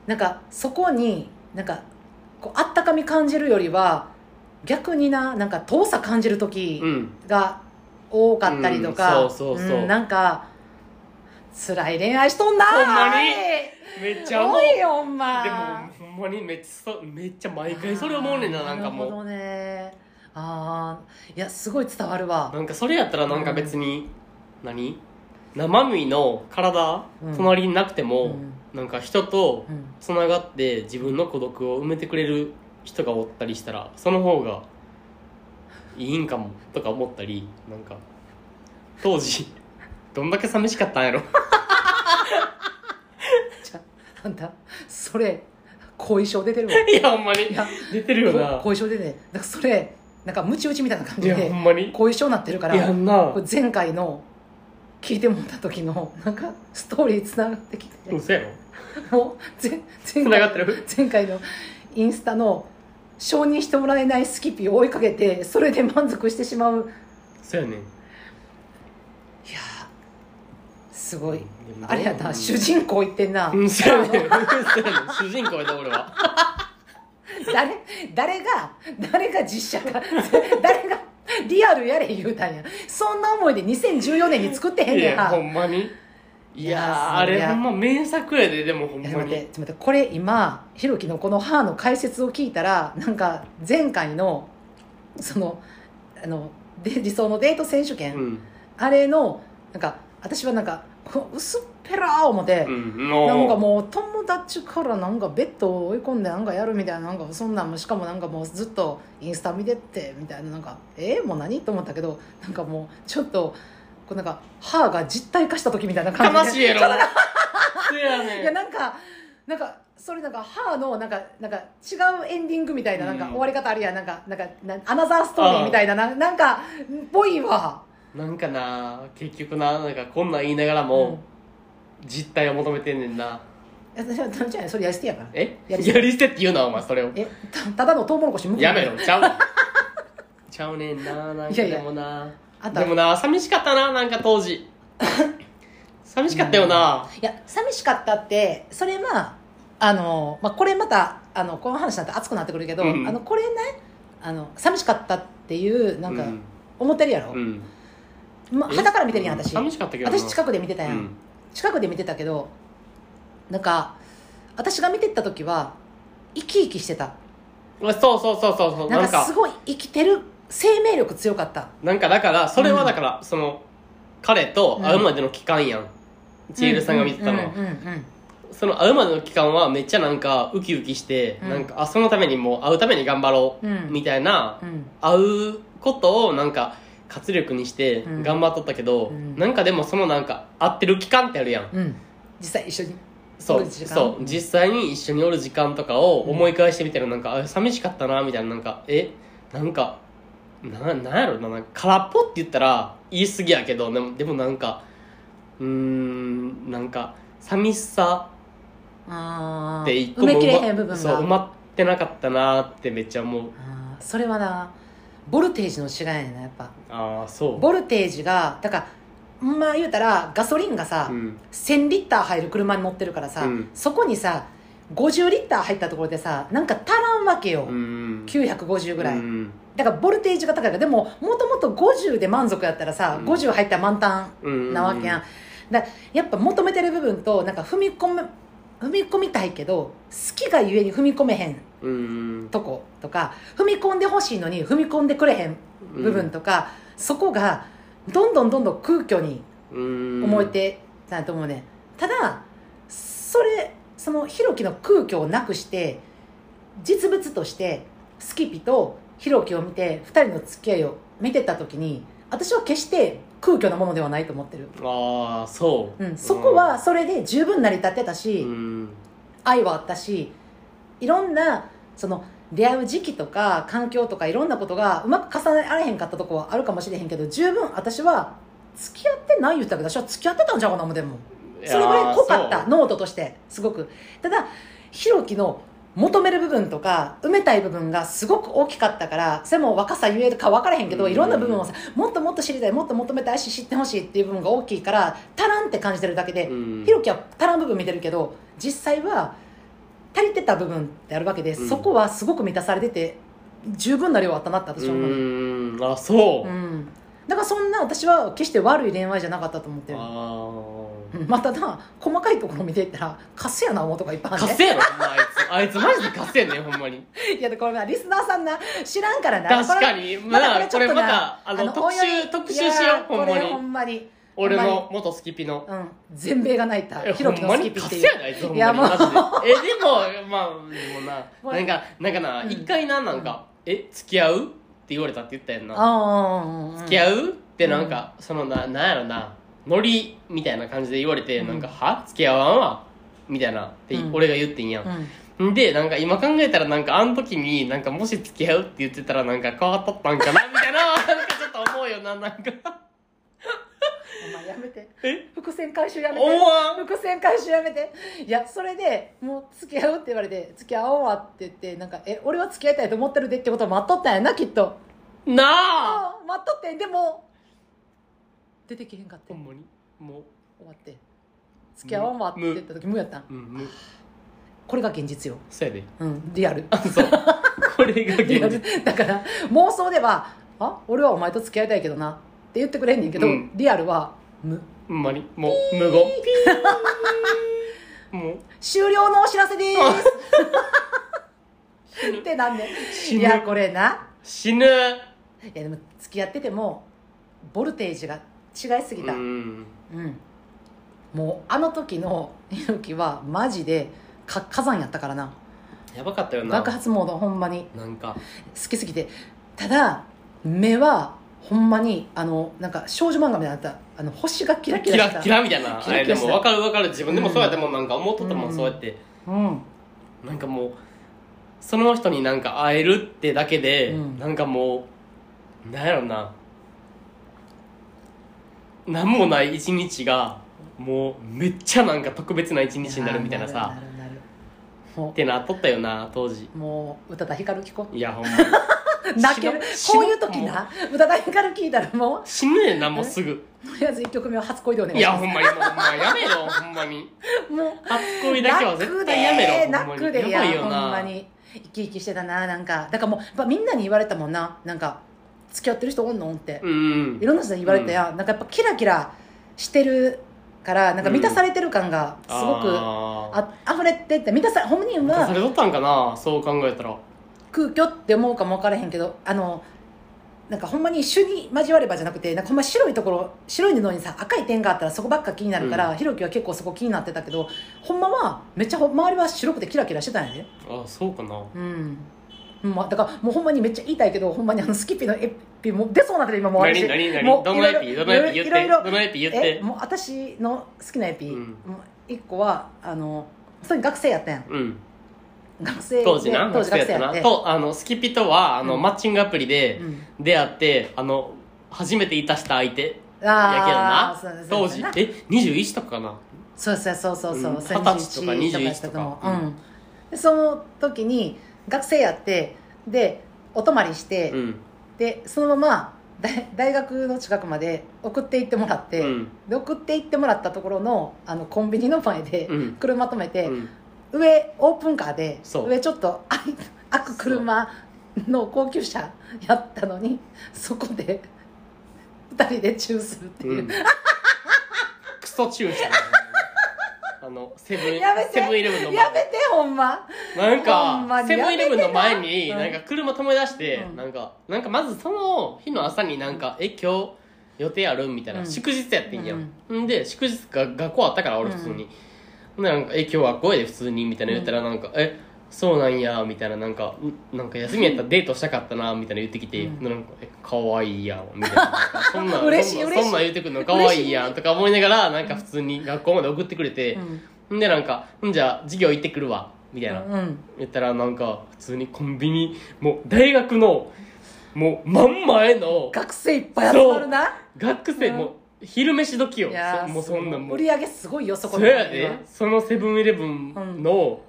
[SPEAKER 1] なんかそこになんかこうあったかみ感じるよりは逆にななんか遠さ感じる時
[SPEAKER 2] ううん
[SPEAKER 1] が多かったりとか、
[SPEAKER 2] うんそうそうそうん
[SPEAKER 1] なんか辛い恋愛しとんな
[SPEAKER 2] ほんまに
[SPEAKER 1] に
[SPEAKER 2] めっちゃ思う
[SPEAKER 1] 多いよほん
[SPEAKER 2] で
[SPEAKER 1] ま
[SPEAKER 2] もほんまにめっちゃそめっちゃ毎回それ思うねんななんか
[SPEAKER 1] なるほ
[SPEAKER 2] も
[SPEAKER 1] どねああいやすごい伝わる
[SPEAKER 2] う
[SPEAKER 1] わ
[SPEAKER 2] なんかそれやったらなんか別に、何生身の体、
[SPEAKER 1] うん
[SPEAKER 2] 隣になくても、
[SPEAKER 1] うん
[SPEAKER 2] なんか人と
[SPEAKER 1] うん
[SPEAKER 2] つながって自分の孤独を埋めてくれる人がおったりしたらその方がいいんかもとか思ったりなんか当時どんだけ寂しかったんやろ
[SPEAKER 1] じゃあんたそれ後遺症出てるわ
[SPEAKER 2] いやほんまに
[SPEAKER 1] いや
[SPEAKER 2] 出てるよな
[SPEAKER 1] 後遺症出てねなんかそれなんかムチ打ちみたいな感
[SPEAKER 2] い
[SPEAKER 1] じ
[SPEAKER 2] やほ
[SPEAKER 1] で
[SPEAKER 2] んまに
[SPEAKER 1] 後遺症になってるから
[SPEAKER 2] いやんな
[SPEAKER 1] これ前回の聞いてもらった時のなんかストーリーつながってきて
[SPEAKER 2] 嘘やろ
[SPEAKER 1] もう前前
[SPEAKER 2] つな
[SPEAKER 1] 回
[SPEAKER 2] がってる
[SPEAKER 1] 前回のインスタの承認してもらえないスキピを追いかけてそれで満足してしまう
[SPEAKER 2] そうやねん
[SPEAKER 1] いやーすごい
[SPEAKER 2] でも
[SPEAKER 1] あれやな
[SPEAKER 2] うん
[SPEAKER 1] 主人公言ってんな、
[SPEAKER 2] うんそうやねんそうやねん主人公やで俺は
[SPEAKER 1] 誰誰が誰が実写化 誰がリアルやれ言うたんやそんな思いで2014年に作ってへん
[SPEAKER 2] い
[SPEAKER 1] ねん
[SPEAKER 2] や
[SPEAKER 1] な
[SPEAKER 2] ほんまにい
[SPEAKER 1] いや
[SPEAKER 2] やー
[SPEAKER 1] ー
[SPEAKER 2] あ
[SPEAKER 1] そ
[SPEAKER 2] れ
[SPEAKER 1] りゃ
[SPEAKER 2] ほんま名作やででもほん
[SPEAKER 1] いや
[SPEAKER 2] ま
[SPEAKER 1] 待ってち
[SPEAKER 2] に
[SPEAKER 1] ょっと待ってこれ今ひろきのこの歯の解説を聞いたらなんか前回のそのあので理想のデート選手権、
[SPEAKER 2] うん
[SPEAKER 1] あれのなんか私はなんかこう薄っぺらー思って、
[SPEAKER 2] うん
[SPEAKER 1] なんか
[SPEAKER 2] も
[SPEAKER 1] もう友達からなんかベッドを追い込んでなんかやるみたいななんかそんなんもしかもなんかもうずっとインスタ見てってみたいななんかえー、もう何と思ったけどなんかもうちょっとこうなんか歯が実体化した時みたいな
[SPEAKER 2] う悲
[SPEAKER 1] 感
[SPEAKER 2] し
[SPEAKER 1] じ
[SPEAKER 2] い
[SPEAKER 1] で
[SPEAKER 2] やろそうやねん
[SPEAKER 1] いやなんかなんかそれなんか歯のなんかなんか違うエンディングみたいななんか
[SPEAKER 2] うん
[SPEAKER 1] 終わり方あるやんなんかなんかなアナザーストーリーみたいなななんかぽいわ。
[SPEAKER 2] なんかな結局ななんかこんなん言いながら
[SPEAKER 1] うん
[SPEAKER 2] も実態を求めてんねんな、
[SPEAKER 1] いや、それはなんじゃないそれやり捨てやから。
[SPEAKER 2] え
[SPEAKER 1] や
[SPEAKER 2] や
[SPEAKER 1] り
[SPEAKER 2] り
[SPEAKER 1] 捨て
[SPEAKER 2] 捨てって言うなお前それを
[SPEAKER 1] え、たただのトウモロコシ無
[SPEAKER 2] やめろちゃうわちゃうねんななん
[SPEAKER 1] い
[SPEAKER 2] か
[SPEAKER 1] やいや
[SPEAKER 2] でもな
[SPEAKER 1] あんた
[SPEAKER 2] でもな寂しかったななんか当時寂しかったよない
[SPEAKER 1] や、寂しかったって、それは、あの、まあ、これまた、あの、この話になって熱くなってくるけど、
[SPEAKER 2] うん
[SPEAKER 1] あの、これね、あの、寂しかったっていう、なんか
[SPEAKER 2] う、ん
[SPEAKER 1] 思ってるやろ
[SPEAKER 2] う。ん
[SPEAKER 1] まあ、
[SPEAKER 2] え
[SPEAKER 1] 肌から見てるやん、私。
[SPEAKER 2] 寂しかったけど
[SPEAKER 1] 私近
[SPEAKER 2] く
[SPEAKER 1] くで見てた
[SPEAKER 2] だ
[SPEAKER 1] や
[SPEAKER 2] よ、
[SPEAKER 1] ん。近くで見てたけど、なんか、私が見てった時は、生き生きしてた。
[SPEAKER 2] うんあそうそうそうそうそう
[SPEAKER 1] な
[SPEAKER 2] なんん
[SPEAKER 1] か、
[SPEAKER 2] か
[SPEAKER 1] すごい生きてる、生命力強かった。
[SPEAKER 2] なんかだからそれはだから、その彼と会うまでの期間やん、ちえるさんが見てたのは、
[SPEAKER 1] うんうんうんうん
[SPEAKER 2] その会うまでの期間はめっちゃなんかウキウキして、
[SPEAKER 1] うん
[SPEAKER 2] なんかあそのためにもう会うために頑張ろう、
[SPEAKER 1] うん
[SPEAKER 2] みたいな
[SPEAKER 1] うん。
[SPEAKER 2] 会うことをなんか活力にして
[SPEAKER 1] うん
[SPEAKER 2] 頑張っとったけど、
[SPEAKER 1] うん
[SPEAKER 2] なんかでもそのなんか会ってる期間ってあるやん、
[SPEAKER 1] うん。実際一緒に。
[SPEAKER 2] そ
[SPEAKER 1] お
[SPEAKER 2] う
[SPEAKER 1] る時間
[SPEAKER 2] そう実際に一緒におる時間とかを思い返してみたらなんか、あ寂しかったなみたいななんかえなんかななんやろななんか空っぽって言ったら言い過ぎやけどでもでもなんかうーんなんか寂しさ
[SPEAKER 1] あ
[SPEAKER 2] っ
[SPEAKER 1] ー
[SPEAKER 2] て一個
[SPEAKER 1] 埋め
[SPEAKER 2] も
[SPEAKER 1] きれ
[SPEAKER 2] 埋ま
[SPEAKER 1] へん部分
[SPEAKER 2] そう埋
[SPEAKER 1] が
[SPEAKER 2] まってなかったなってめっちゃ思う
[SPEAKER 1] あーそれはなボルテージの違いやねんなやっぱ
[SPEAKER 2] ああそう
[SPEAKER 1] ボルテージがだからほんまあ言うたらガソリンがさ、
[SPEAKER 2] うん
[SPEAKER 1] 1000リッター入る車に乗ってるからさ、
[SPEAKER 2] うん
[SPEAKER 1] そこにさ50リッター入ったところでさなんか足らんわけよ、
[SPEAKER 2] うん
[SPEAKER 1] 950ぐらい、
[SPEAKER 2] うん
[SPEAKER 1] だからボルテージが高いからでももともと50で満足やったらさ、
[SPEAKER 2] うん
[SPEAKER 1] 50入ったら満タン
[SPEAKER 2] うん
[SPEAKER 1] なわけやん、だやっぱ求めてる部分となんか踏み込む踏み込みたいけど好きがゆえに踏み込めへん
[SPEAKER 2] うん
[SPEAKER 1] とことか踏み込んでほしいのに踏み込んでくれへん部分とか、そこがどんどんどんどん空虚に
[SPEAKER 2] うん
[SPEAKER 1] 思えてたと思うね、ただそれそのひろきの空虚をなくして実物としてスキピとひろきを見て2人の付き合いを見てた時に私は決して空虚なものではないと思ってる、
[SPEAKER 2] ああそう、
[SPEAKER 1] うん、そこはそれで十分成り立ってたし、
[SPEAKER 2] うん
[SPEAKER 1] 愛はあったしいろんなその出会う時期とか環境とかいろんなことがうまく重ねられへんかったとこはあるかもしれへんけど十分私は付き合ってない言うたけど私は付き合ってたんちゃうかなもうでもそれぐらい濃かっ
[SPEAKER 2] い
[SPEAKER 1] た
[SPEAKER 2] やー
[SPEAKER 1] ノートとしてすごくただひろきの求める部分とか埋めたい部分がすごく大きかったからそれも若さゆえか分からへんけど
[SPEAKER 2] うん
[SPEAKER 1] いろんな部分をさもっともっと知りたいもっと求めたいし知ってほしいっていう部分が大きいから足らんって感じてるだけで
[SPEAKER 2] そううん
[SPEAKER 1] ひろきは足らん部分見てるけど実際は足りてた部分ってあるわけで、
[SPEAKER 2] うん
[SPEAKER 1] そこはすごく満たされてて十分な量あったなって私は思う、
[SPEAKER 2] うんあそう、
[SPEAKER 1] うんだからそんな私は決して悪い恋愛じゃなかったと思ってる
[SPEAKER 2] あ
[SPEAKER 1] う
[SPEAKER 2] あ
[SPEAKER 1] んまあただ細かいところ見ていったらカスやな思うとかいっぱいある
[SPEAKER 2] カ
[SPEAKER 1] ね
[SPEAKER 2] スやろほんまあいつあいつマジでカスやねんほんまに
[SPEAKER 1] いやこれはリスナーさんな知らんからな
[SPEAKER 2] 確
[SPEAKER 1] こ
[SPEAKER 2] か
[SPEAKER 1] れ
[SPEAKER 2] に
[SPEAKER 1] まだ
[SPEAKER 2] まあこれ
[SPEAKER 1] ちょっと
[SPEAKER 2] ま
[SPEAKER 1] な
[SPEAKER 2] たあの特
[SPEAKER 1] およ
[SPEAKER 2] 集
[SPEAKER 1] り
[SPEAKER 2] 特集
[SPEAKER 1] いやー
[SPEAKER 2] しようほんま
[SPEAKER 1] これほ
[SPEAKER 2] に
[SPEAKER 1] んまに
[SPEAKER 2] 俺の元スキピの
[SPEAKER 1] うん全米が泣いた
[SPEAKER 2] え
[SPEAKER 1] ひ
[SPEAKER 2] ほ
[SPEAKER 1] ろき
[SPEAKER 2] ん
[SPEAKER 1] の
[SPEAKER 2] ま
[SPEAKER 1] スキ
[SPEAKER 2] に
[SPEAKER 1] ピっ
[SPEAKER 2] カ
[SPEAKER 1] て
[SPEAKER 2] ス
[SPEAKER 1] いう
[SPEAKER 2] やないつほん
[SPEAKER 1] い
[SPEAKER 2] ま
[SPEAKER 1] や
[SPEAKER 2] に
[SPEAKER 1] もう
[SPEAKER 2] マジでえでもまあでも な
[SPEAKER 1] もう
[SPEAKER 2] なんかなんかな
[SPEAKER 1] うん
[SPEAKER 2] 一回ななんか「え付き合う?」って言われたって言ったやんな
[SPEAKER 1] ああ
[SPEAKER 2] 付き合うってなんかそのななんやろなノリみたいな感じで言われて
[SPEAKER 1] うん
[SPEAKER 2] なんか「は付き合わんわ」みたいなって
[SPEAKER 1] うん
[SPEAKER 2] 俺が言ってんやん
[SPEAKER 1] うん
[SPEAKER 2] で、なんか今考えたらなんかあの時になんかもし付き合うって言ってたらなんか変わっとったんかなみたいな、 なんかちょっと思うよな、なんか。
[SPEAKER 1] お前やめて
[SPEAKER 2] え
[SPEAKER 1] 伏線回収やめて
[SPEAKER 2] 思わん
[SPEAKER 1] 伏線回収やめていやそれでもう付き合うって言われて付き合おうわって言ってなんかえ俺は付き合いたいと思ってるでってことを待っとったんやなきっと
[SPEAKER 2] なあ
[SPEAKER 1] ああ待っとってんでも出てけへんかって
[SPEAKER 2] ほん
[SPEAKER 1] 終
[SPEAKER 2] まにもう、
[SPEAKER 1] わって付き合おうわって言った時無やったん
[SPEAKER 2] うん、もう、
[SPEAKER 1] これが現実よ
[SPEAKER 2] そうやで。
[SPEAKER 1] うんリアル
[SPEAKER 2] あ、 そう。これが
[SPEAKER 1] リア
[SPEAKER 2] 現
[SPEAKER 1] ル
[SPEAKER 2] 実。
[SPEAKER 1] だから妄想では「あ俺はお前と付き合いたいけどな」って言ってくれんねんけど、
[SPEAKER 2] うん
[SPEAKER 1] リアルは無
[SPEAKER 2] ほんまに、もう、無言。ピー もう、
[SPEAKER 1] 終了のお知らせでー
[SPEAKER 2] 死
[SPEAKER 1] すっ
[SPEAKER 2] ぬ。
[SPEAKER 1] てなんねん
[SPEAKER 2] 死
[SPEAKER 1] い
[SPEAKER 2] ぬ。
[SPEAKER 1] やこれな
[SPEAKER 2] 死ぬ。
[SPEAKER 1] いやでも付き合っててもボルテージが違いすぎ
[SPEAKER 2] う
[SPEAKER 1] たうん、
[SPEAKER 2] ん。
[SPEAKER 1] もうあの時の猪木はマジでか火山やったからな
[SPEAKER 2] やばかったよな。
[SPEAKER 1] 爆発モードほんまに
[SPEAKER 2] なんか、
[SPEAKER 1] 好きすぎてただ目はほんまにあのなんか少女漫画みたいになったあの星がキラキ
[SPEAKER 2] キ
[SPEAKER 1] ラし
[SPEAKER 2] ラ
[SPEAKER 1] た
[SPEAKER 2] キラみたいな。
[SPEAKER 1] キ
[SPEAKER 2] あ
[SPEAKER 1] ラ
[SPEAKER 2] れ
[SPEAKER 1] キ
[SPEAKER 2] で
[SPEAKER 1] ラした
[SPEAKER 2] もわかるわかる。自分でもそうやって
[SPEAKER 1] うん
[SPEAKER 2] もうなんか思っとったも
[SPEAKER 1] うん
[SPEAKER 2] ん、そうやって。
[SPEAKER 1] うん
[SPEAKER 2] なんかもうその人になんか会えるってだけで、
[SPEAKER 1] うん
[SPEAKER 2] なんかもうなんやろななんもない一日がもうめっちゃなんか特別な一日になるみたいな
[SPEAKER 1] なる
[SPEAKER 2] さ
[SPEAKER 1] なるなる
[SPEAKER 2] っ
[SPEAKER 1] も
[SPEAKER 2] てなっとったよな当時
[SPEAKER 1] うもう宇多田ヒカル聞こう
[SPEAKER 2] いやほんま
[SPEAKER 1] 泣ける
[SPEAKER 2] 死
[SPEAKER 1] こ
[SPEAKER 2] ぬ
[SPEAKER 1] ういう時な宇多田ヒカル聞いたらも
[SPEAKER 2] 死ぬねんなもうすぐ
[SPEAKER 1] うとりあえず1曲目は初恋でお 願い
[SPEAKER 2] い
[SPEAKER 1] し
[SPEAKER 2] や
[SPEAKER 1] ま
[SPEAKER 2] ほんまにもうほんまやめろほんまに
[SPEAKER 1] すもう
[SPEAKER 2] 初恋だけは絶対やめろほん
[SPEAKER 1] 泣
[SPEAKER 2] ま
[SPEAKER 1] く
[SPEAKER 2] に
[SPEAKER 1] で
[SPEAKER 2] やば
[SPEAKER 1] 泣くでや
[SPEAKER 2] いよ
[SPEAKER 1] ほん
[SPEAKER 2] な
[SPEAKER 1] まに生き生きしてたななんかだからもうやっぱみんなに言われたもんななんか付き合ってる人おんのって、
[SPEAKER 2] うんうん
[SPEAKER 1] いろんな人に言われたや、なんかやっぱキラキラしてるからなんか満たされてる感がすごく、
[SPEAKER 2] あ
[SPEAKER 1] あ溢れてって満たさ本人
[SPEAKER 2] ー満たさ
[SPEAKER 1] は
[SPEAKER 2] れとったんかなそう考えたら
[SPEAKER 1] 空虚って思うかも分からへんけどあのなんかほんまに一緒に交わればじゃなくてなんかほんま白いところ白い布にさ赤い点があったらそこばっか気になるから、
[SPEAKER 2] う
[SPEAKER 1] ひろきは結構そこ気になってたけどほんまはめっちゃほ周りは白くてキラキラしてたんやで、
[SPEAKER 2] あそうかな
[SPEAKER 1] うん、まあ、だからもうほんまにめっちゃ言いたいけどほんまにあのスキッピーのエピもう出そうなってる今もう
[SPEAKER 2] 何何何
[SPEAKER 1] もう
[SPEAKER 2] どのエピ
[SPEAKER 1] い
[SPEAKER 2] ど
[SPEAKER 1] ろ
[SPEAKER 2] の
[SPEAKER 1] いろ
[SPEAKER 2] エピ言っ
[SPEAKER 1] いろい
[SPEAKER 2] て
[SPEAKER 1] ろ
[SPEAKER 2] どのエピ言っ
[SPEAKER 1] え
[SPEAKER 2] て
[SPEAKER 1] もう私の好きなエピ、
[SPEAKER 2] う
[SPEAKER 1] も
[SPEAKER 2] ん
[SPEAKER 1] う一個はあの普通に学生やったやん
[SPEAKER 2] うん
[SPEAKER 1] 学生で
[SPEAKER 2] 当時な
[SPEAKER 1] 当時学生や
[SPEAKER 2] な
[SPEAKER 1] って
[SPEAKER 2] とあのスキピとはあの
[SPEAKER 1] うん
[SPEAKER 2] マッチングアプリで
[SPEAKER 1] うん
[SPEAKER 2] 出会ってあの初めていたした相手
[SPEAKER 1] あ
[SPEAKER 2] や
[SPEAKER 1] あ
[SPEAKER 2] けどな当時
[SPEAKER 1] そう
[SPEAKER 2] え21とかかな
[SPEAKER 1] そうそうそうそうそう
[SPEAKER 2] うん
[SPEAKER 1] そう
[SPEAKER 2] 20とか21とか
[SPEAKER 1] やった思ううんでその時に学生やってでお泊まりして、
[SPEAKER 2] うん
[SPEAKER 1] でそのまま大大学の近くまで送っていってもらって、
[SPEAKER 2] うん
[SPEAKER 1] で送って行ってもらったところのあのコンビニの前で
[SPEAKER 2] うん
[SPEAKER 1] 車止めて、
[SPEAKER 2] うん
[SPEAKER 1] 上オープンカーで
[SPEAKER 2] そう
[SPEAKER 1] 上ちょっとあい 開く車の高級車やったのにそこで2人でチューするっていう、
[SPEAKER 2] うんクソチューしたなあのセブン
[SPEAKER 1] やめて
[SPEAKER 2] セブンイレブンの
[SPEAKER 1] やめ
[SPEAKER 2] 前
[SPEAKER 1] てほんま
[SPEAKER 2] なん
[SPEAKER 1] ほんま
[SPEAKER 2] か
[SPEAKER 1] に
[SPEAKER 2] セブンイレブンの前に
[SPEAKER 1] や
[SPEAKER 2] な
[SPEAKER 1] めてなん
[SPEAKER 2] か車止め出して、
[SPEAKER 1] うん
[SPEAKER 2] なんかなんかまずその日の朝になんか、え今日予定あるみたいな、
[SPEAKER 1] うん
[SPEAKER 2] 祝日やってんやん、んで祝日が学校あったから俺普通に、でなんかえ今日は声で普通にみたいな言ったらなんか、えそうなんやみたいななんかんなんか休みやったらデートしたかったなみたいな言ってきて、
[SPEAKER 1] うん
[SPEAKER 2] なんかえ可愛いやんみたい なそんなん
[SPEAKER 1] 嬉しい
[SPEAKER 2] そんな
[SPEAKER 1] 嬉しい
[SPEAKER 2] そんなん言ってくるの可愛いやんとか思いながらなんか普通に学校まで送ってくれて、んでなんかんじゃあ授業行ってくるわみたいな、
[SPEAKER 1] うん
[SPEAKER 2] 言ったらなんか普通にコンビニもう大学のもう真ん前の
[SPEAKER 1] 学生いっぱい集まるな
[SPEAKER 2] 学生
[SPEAKER 1] うん
[SPEAKER 2] もう昼飯時よ
[SPEAKER 1] いや
[SPEAKER 2] そ
[SPEAKER 1] ー
[SPEAKER 2] もうそんなんも
[SPEAKER 1] 売
[SPEAKER 2] う
[SPEAKER 1] り上げすごいよそこ
[SPEAKER 2] そやでそのセブンイレブンの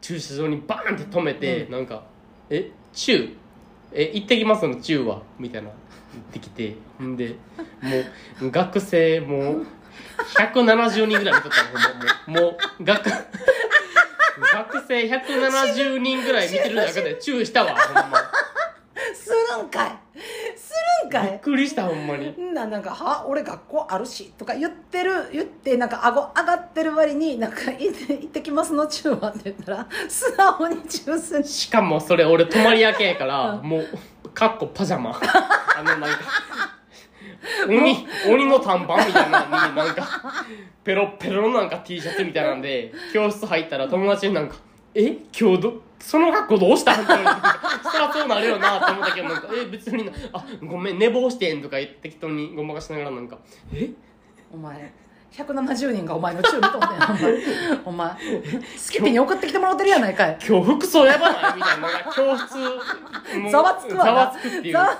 [SPEAKER 2] 駐車場にバーンって止めて、
[SPEAKER 1] う
[SPEAKER 2] なんか「えチューえ行ってきますのチューは」みたいな言ってきてんでもう学生もう170人ぐらい見とったのほんまもうもう学学生170人ぐらい見てる中でチューしたわほんます
[SPEAKER 1] るんかいするんか
[SPEAKER 2] びっ
[SPEAKER 1] い
[SPEAKER 2] くりしたほんまに
[SPEAKER 1] ななんか「は俺学校あるし」とか言ってる言ってなんか顎上がってる割に「なんかい行ってきますのチューは」って言ったら素直にチューするし
[SPEAKER 2] しかもそれ俺泊まり明けやから、
[SPEAKER 1] うん
[SPEAKER 2] もうかっこパジャマあのなんか鬼鬼の短パンみたいなのになんかペロッペロのなんか T シャツみたいなんで教室入ったら友達になんか「え今日どその格好どうしたん?」って言われてそらそうなるよなと思ったけどなんか「え別になあごめん寝坊してん」とか言って適当にごまかしながらなんか「え
[SPEAKER 1] お前170人がお前のチュー見とってんねんお前お 前スキピに送ってきてもらってるやないかい
[SPEAKER 2] 今日服装やばない?」みたいななんか教室もう
[SPEAKER 1] ざわつくわな
[SPEAKER 2] ざわつくっていう
[SPEAKER 1] ざわ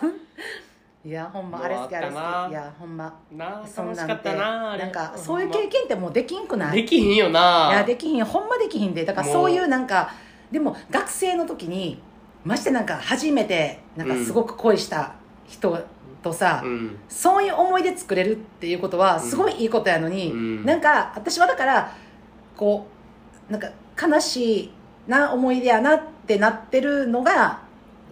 [SPEAKER 1] いやほんまあれ好きあれ
[SPEAKER 2] もうあ
[SPEAKER 1] 好き
[SPEAKER 2] ったな
[SPEAKER 1] いやほんま
[SPEAKER 2] なあ
[SPEAKER 1] そん
[SPEAKER 2] 楽
[SPEAKER 1] な
[SPEAKER 2] し
[SPEAKER 1] ん
[SPEAKER 2] かってたなあれ
[SPEAKER 1] なんかそういう経験ってもうできんくない
[SPEAKER 2] できひんよないい
[SPEAKER 1] やできひんほんまできひんでだから
[SPEAKER 2] もう
[SPEAKER 1] そういうなんかでも学生の時にましてなんか初めてなんかすごく恋した人とさ、
[SPEAKER 2] うん
[SPEAKER 1] そういう思い出作れるっていうことは
[SPEAKER 2] うん
[SPEAKER 1] すごいいいことやのに、
[SPEAKER 2] うん
[SPEAKER 1] なんか私はだからこうなんか悲しいな思い出やなってなってるのが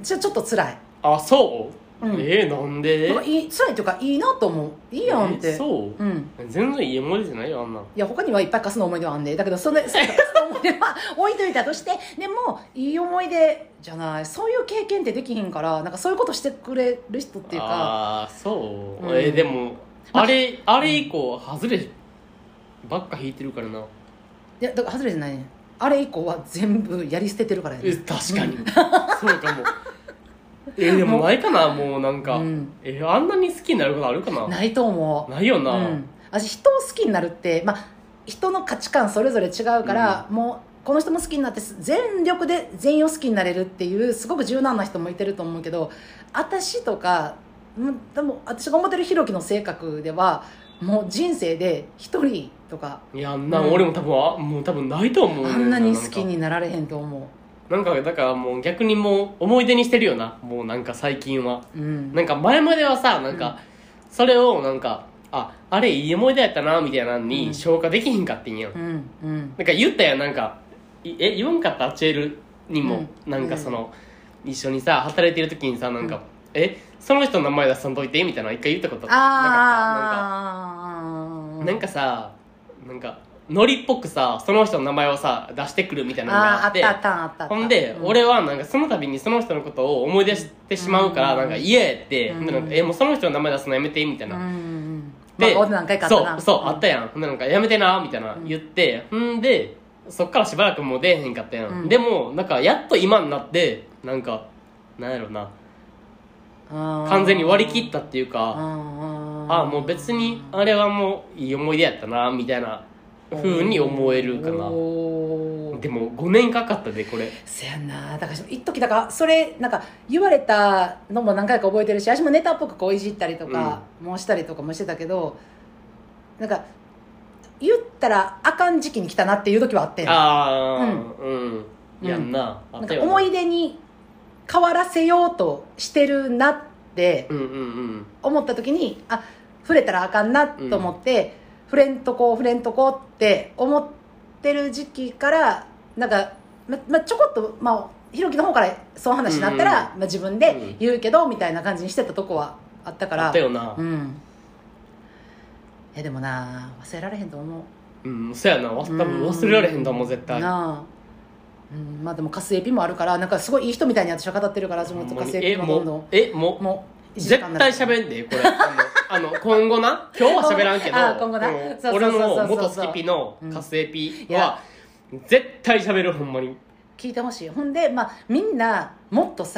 [SPEAKER 1] ちょちょっと辛い、
[SPEAKER 2] あそう、
[SPEAKER 1] うん
[SPEAKER 2] えー、なんで
[SPEAKER 1] なんかいい辛いというかいいなと思ういいやんって、
[SPEAKER 2] えーそう
[SPEAKER 1] う、ん
[SPEAKER 2] 全然いい思い出じゃないよあんなん
[SPEAKER 1] いや他にはいっぱい貸すの思い出はあんでだけど それそれ貸すの思い出は置いといたとしてでもいい思い出じゃないそういう経験ってできひんからなんかそういうことしてくれる人っていうか
[SPEAKER 2] ああそう、
[SPEAKER 1] うん
[SPEAKER 2] えーでもあれあれ以降外ればっか引いてるからない
[SPEAKER 1] やだから外れじゃないねあれ以降は全部やり捨ててるからやね
[SPEAKER 2] え確かにそうかもえーでもないかなもうなんか、
[SPEAKER 1] うん
[SPEAKER 2] えーあんなに好きになることあるかな
[SPEAKER 1] ないと思う
[SPEAKER 2] ないよな、
[SPEAKER 1] うん、私人を好きになるって、まあ、人の価値観それぞれ違うから、もうこの人も好きになって全力で全員を好きになれるっていうすごく柔軟な人もいてると思うけど私とかうんでも私が思ってるひろきの性格ではもう人生で一人とか
[SPEAKER 2] いやあんな、
[SPEAKER 1] うん
[SPEAKER 2] 俺も多分あもう多分ないと思うね
[SPEAKER 1] あんなに好
[SPEAKER 2] んか
[SPEAKER 1] きになられへんと思
[SPEAKER 2] なんかだからもう逆にもう思い出にしてるよなもうなんか最近は
[SPEAKER 1] う、うん、
[SPEAKER 2] なんか前まではさなんかそれをなんかああれいい思い出やったなみたいなの
[SPEAKER 1] う
[SPEAKER 2] に
[SPEAKER 1] ん
[SPEAKER 2] 消化できひんかってんやん、
[SPEAKER 1] うんうん
[SPEAKER 2] なんか言ったやんなんかいえ言わんかったチェールにも、
[SPEAKER 1] うん
[SPEAKER 2] なんかその、一緒にさ働いてる時にさなんか、
[SPEAKER 1] うん
[SPEAKER 2] えその人の名前出さんといてみたいなの一回言ったことなかっ
[SPEAKER 1] あ
[SPEAKER 2] た
[SPEAKER 1] あ
[SPEAKER 2] なんかなんかさなんかノリっぽくさその人の名前をさ出してくるみたいなのが
[SPEAKER 1] あ
[SPEAKER 2] あ
[SPEAKER 1] あ
[SPEAKER 2] っ
[SPEAKER 1] ってたあったあったあった
[SPEAKER 2] ほんで、
[SPEAKER 1] うん
[SPEAKER 2] 俺はなんかその度にその人のことを思い出してしまうから、
[SPEAKER 1] うん
[SPEAKER 2] なんか「イエーって、
[SPEAKER 1] うん
[SPEAKER 2] ほんでなんかえもうその人の名前出すのやめて」みたいな、
[SPEAKER 1] うんうんうん
[SPEAKER 2] で、
[SPEAKER 1] まあ、何回かあったな
[SPEAKER 2] そうそうあったやんほんでなんか「やめてな」みたいな
[SPEAKER 1] うん
[SPEAKER 2] 言って、ほんでそっからしばらくもう出えへんかったやん、
[SPEAKER 1] うん
[SPEAKER 2] でもなんかやっと今になってなんかなんやろな完
[SPEAKER 1] 完
[SPEAKER 2] 全に割り切っ
[SPEAKER 1] った
[SPEAKER 2] っていうか、
[SPEAKER 1] あ
[SPEAKER 2] あもう別にあれはもういい思い出やったなみたいなふうに思えるかな
[SPEAKER 1] おー
[SPEAKER 2] でも5年かかったでこれ
[SPEAKER 1] せやんなだから一時だからそれなんか言われたのも何回か覚えてるし私もネタっぽくこういじったりとか、もうしたりとかもしてたけどなんか言ったらあかん時期に来たなっていう時はあってんな
[SPEAKER 2] ああうん、
[SPEAKER 1] うん
[SPEAKER 2] やんな、あ
[SPEAKER 1] ん
[SPEAKER 2] った
[SPEAKER 1] か
[SPEAKER 2] よな
[SPEAKER 1] 思い出に変わらせようとしてるなって
[SPEAKER 2] うんうん
[SPEAKER 1] 思った時にあ触れたらあかんなと思って、触れんとこ触れんとこって思ってる時期からなんか、まま、ちょこっと、まあ、ひろきの方からその話になったら、まあ、自分で言うけど、みたいな感じにしてたとこはあった
[SPEAKER 2] う
[SPEAKER 1] か
[SPEAKER 2] ん
[SPEAKER 1] ら
[SPEAKER 2] あったよな、
[SPEAKER 1] うんいやでもな忘れられへんと思う
[SPEAKER 2] うんそやなわ多分忘れられへんと思う絶対
[SPEAKER 1] なあ、うん、まあでもカスエピもあるからなんかすごいいい人みたいに私は語ってるから私も
[SPEAKER 2] ほんま
[SPEAKER 1] カ
[SPEAKER 2] に
[SPEAKER 1] スエ
[SPEAKER 2] え
[SPEAKER 1] ピもどんど
[SPEAKER 2] も
[SPEAKER 1] ん
[SPEAKER 2] うえもう
[SPEAKER 1] もう
[SPEAKER 2] 絶対
[SPEAKER 1] る
[SPEAKER 2] 喋んでこれあの今後 な今日は喋らんけど
[SPEAKER 1] あ今後な
[SPEAKER 2] うん
[SPEAKER 1] そうそうそ
[SPEAKER 2] 俺
[SPEAKER 1] うそうそう
[SPEAKER 2] の元スキピのカスエピ
[SPEAKER 1] うんいや
[SPEAKER 2] は絶対喋るほんまに
[SPEAKER 1] 聞いてほしいほんでまあみんなもっとさ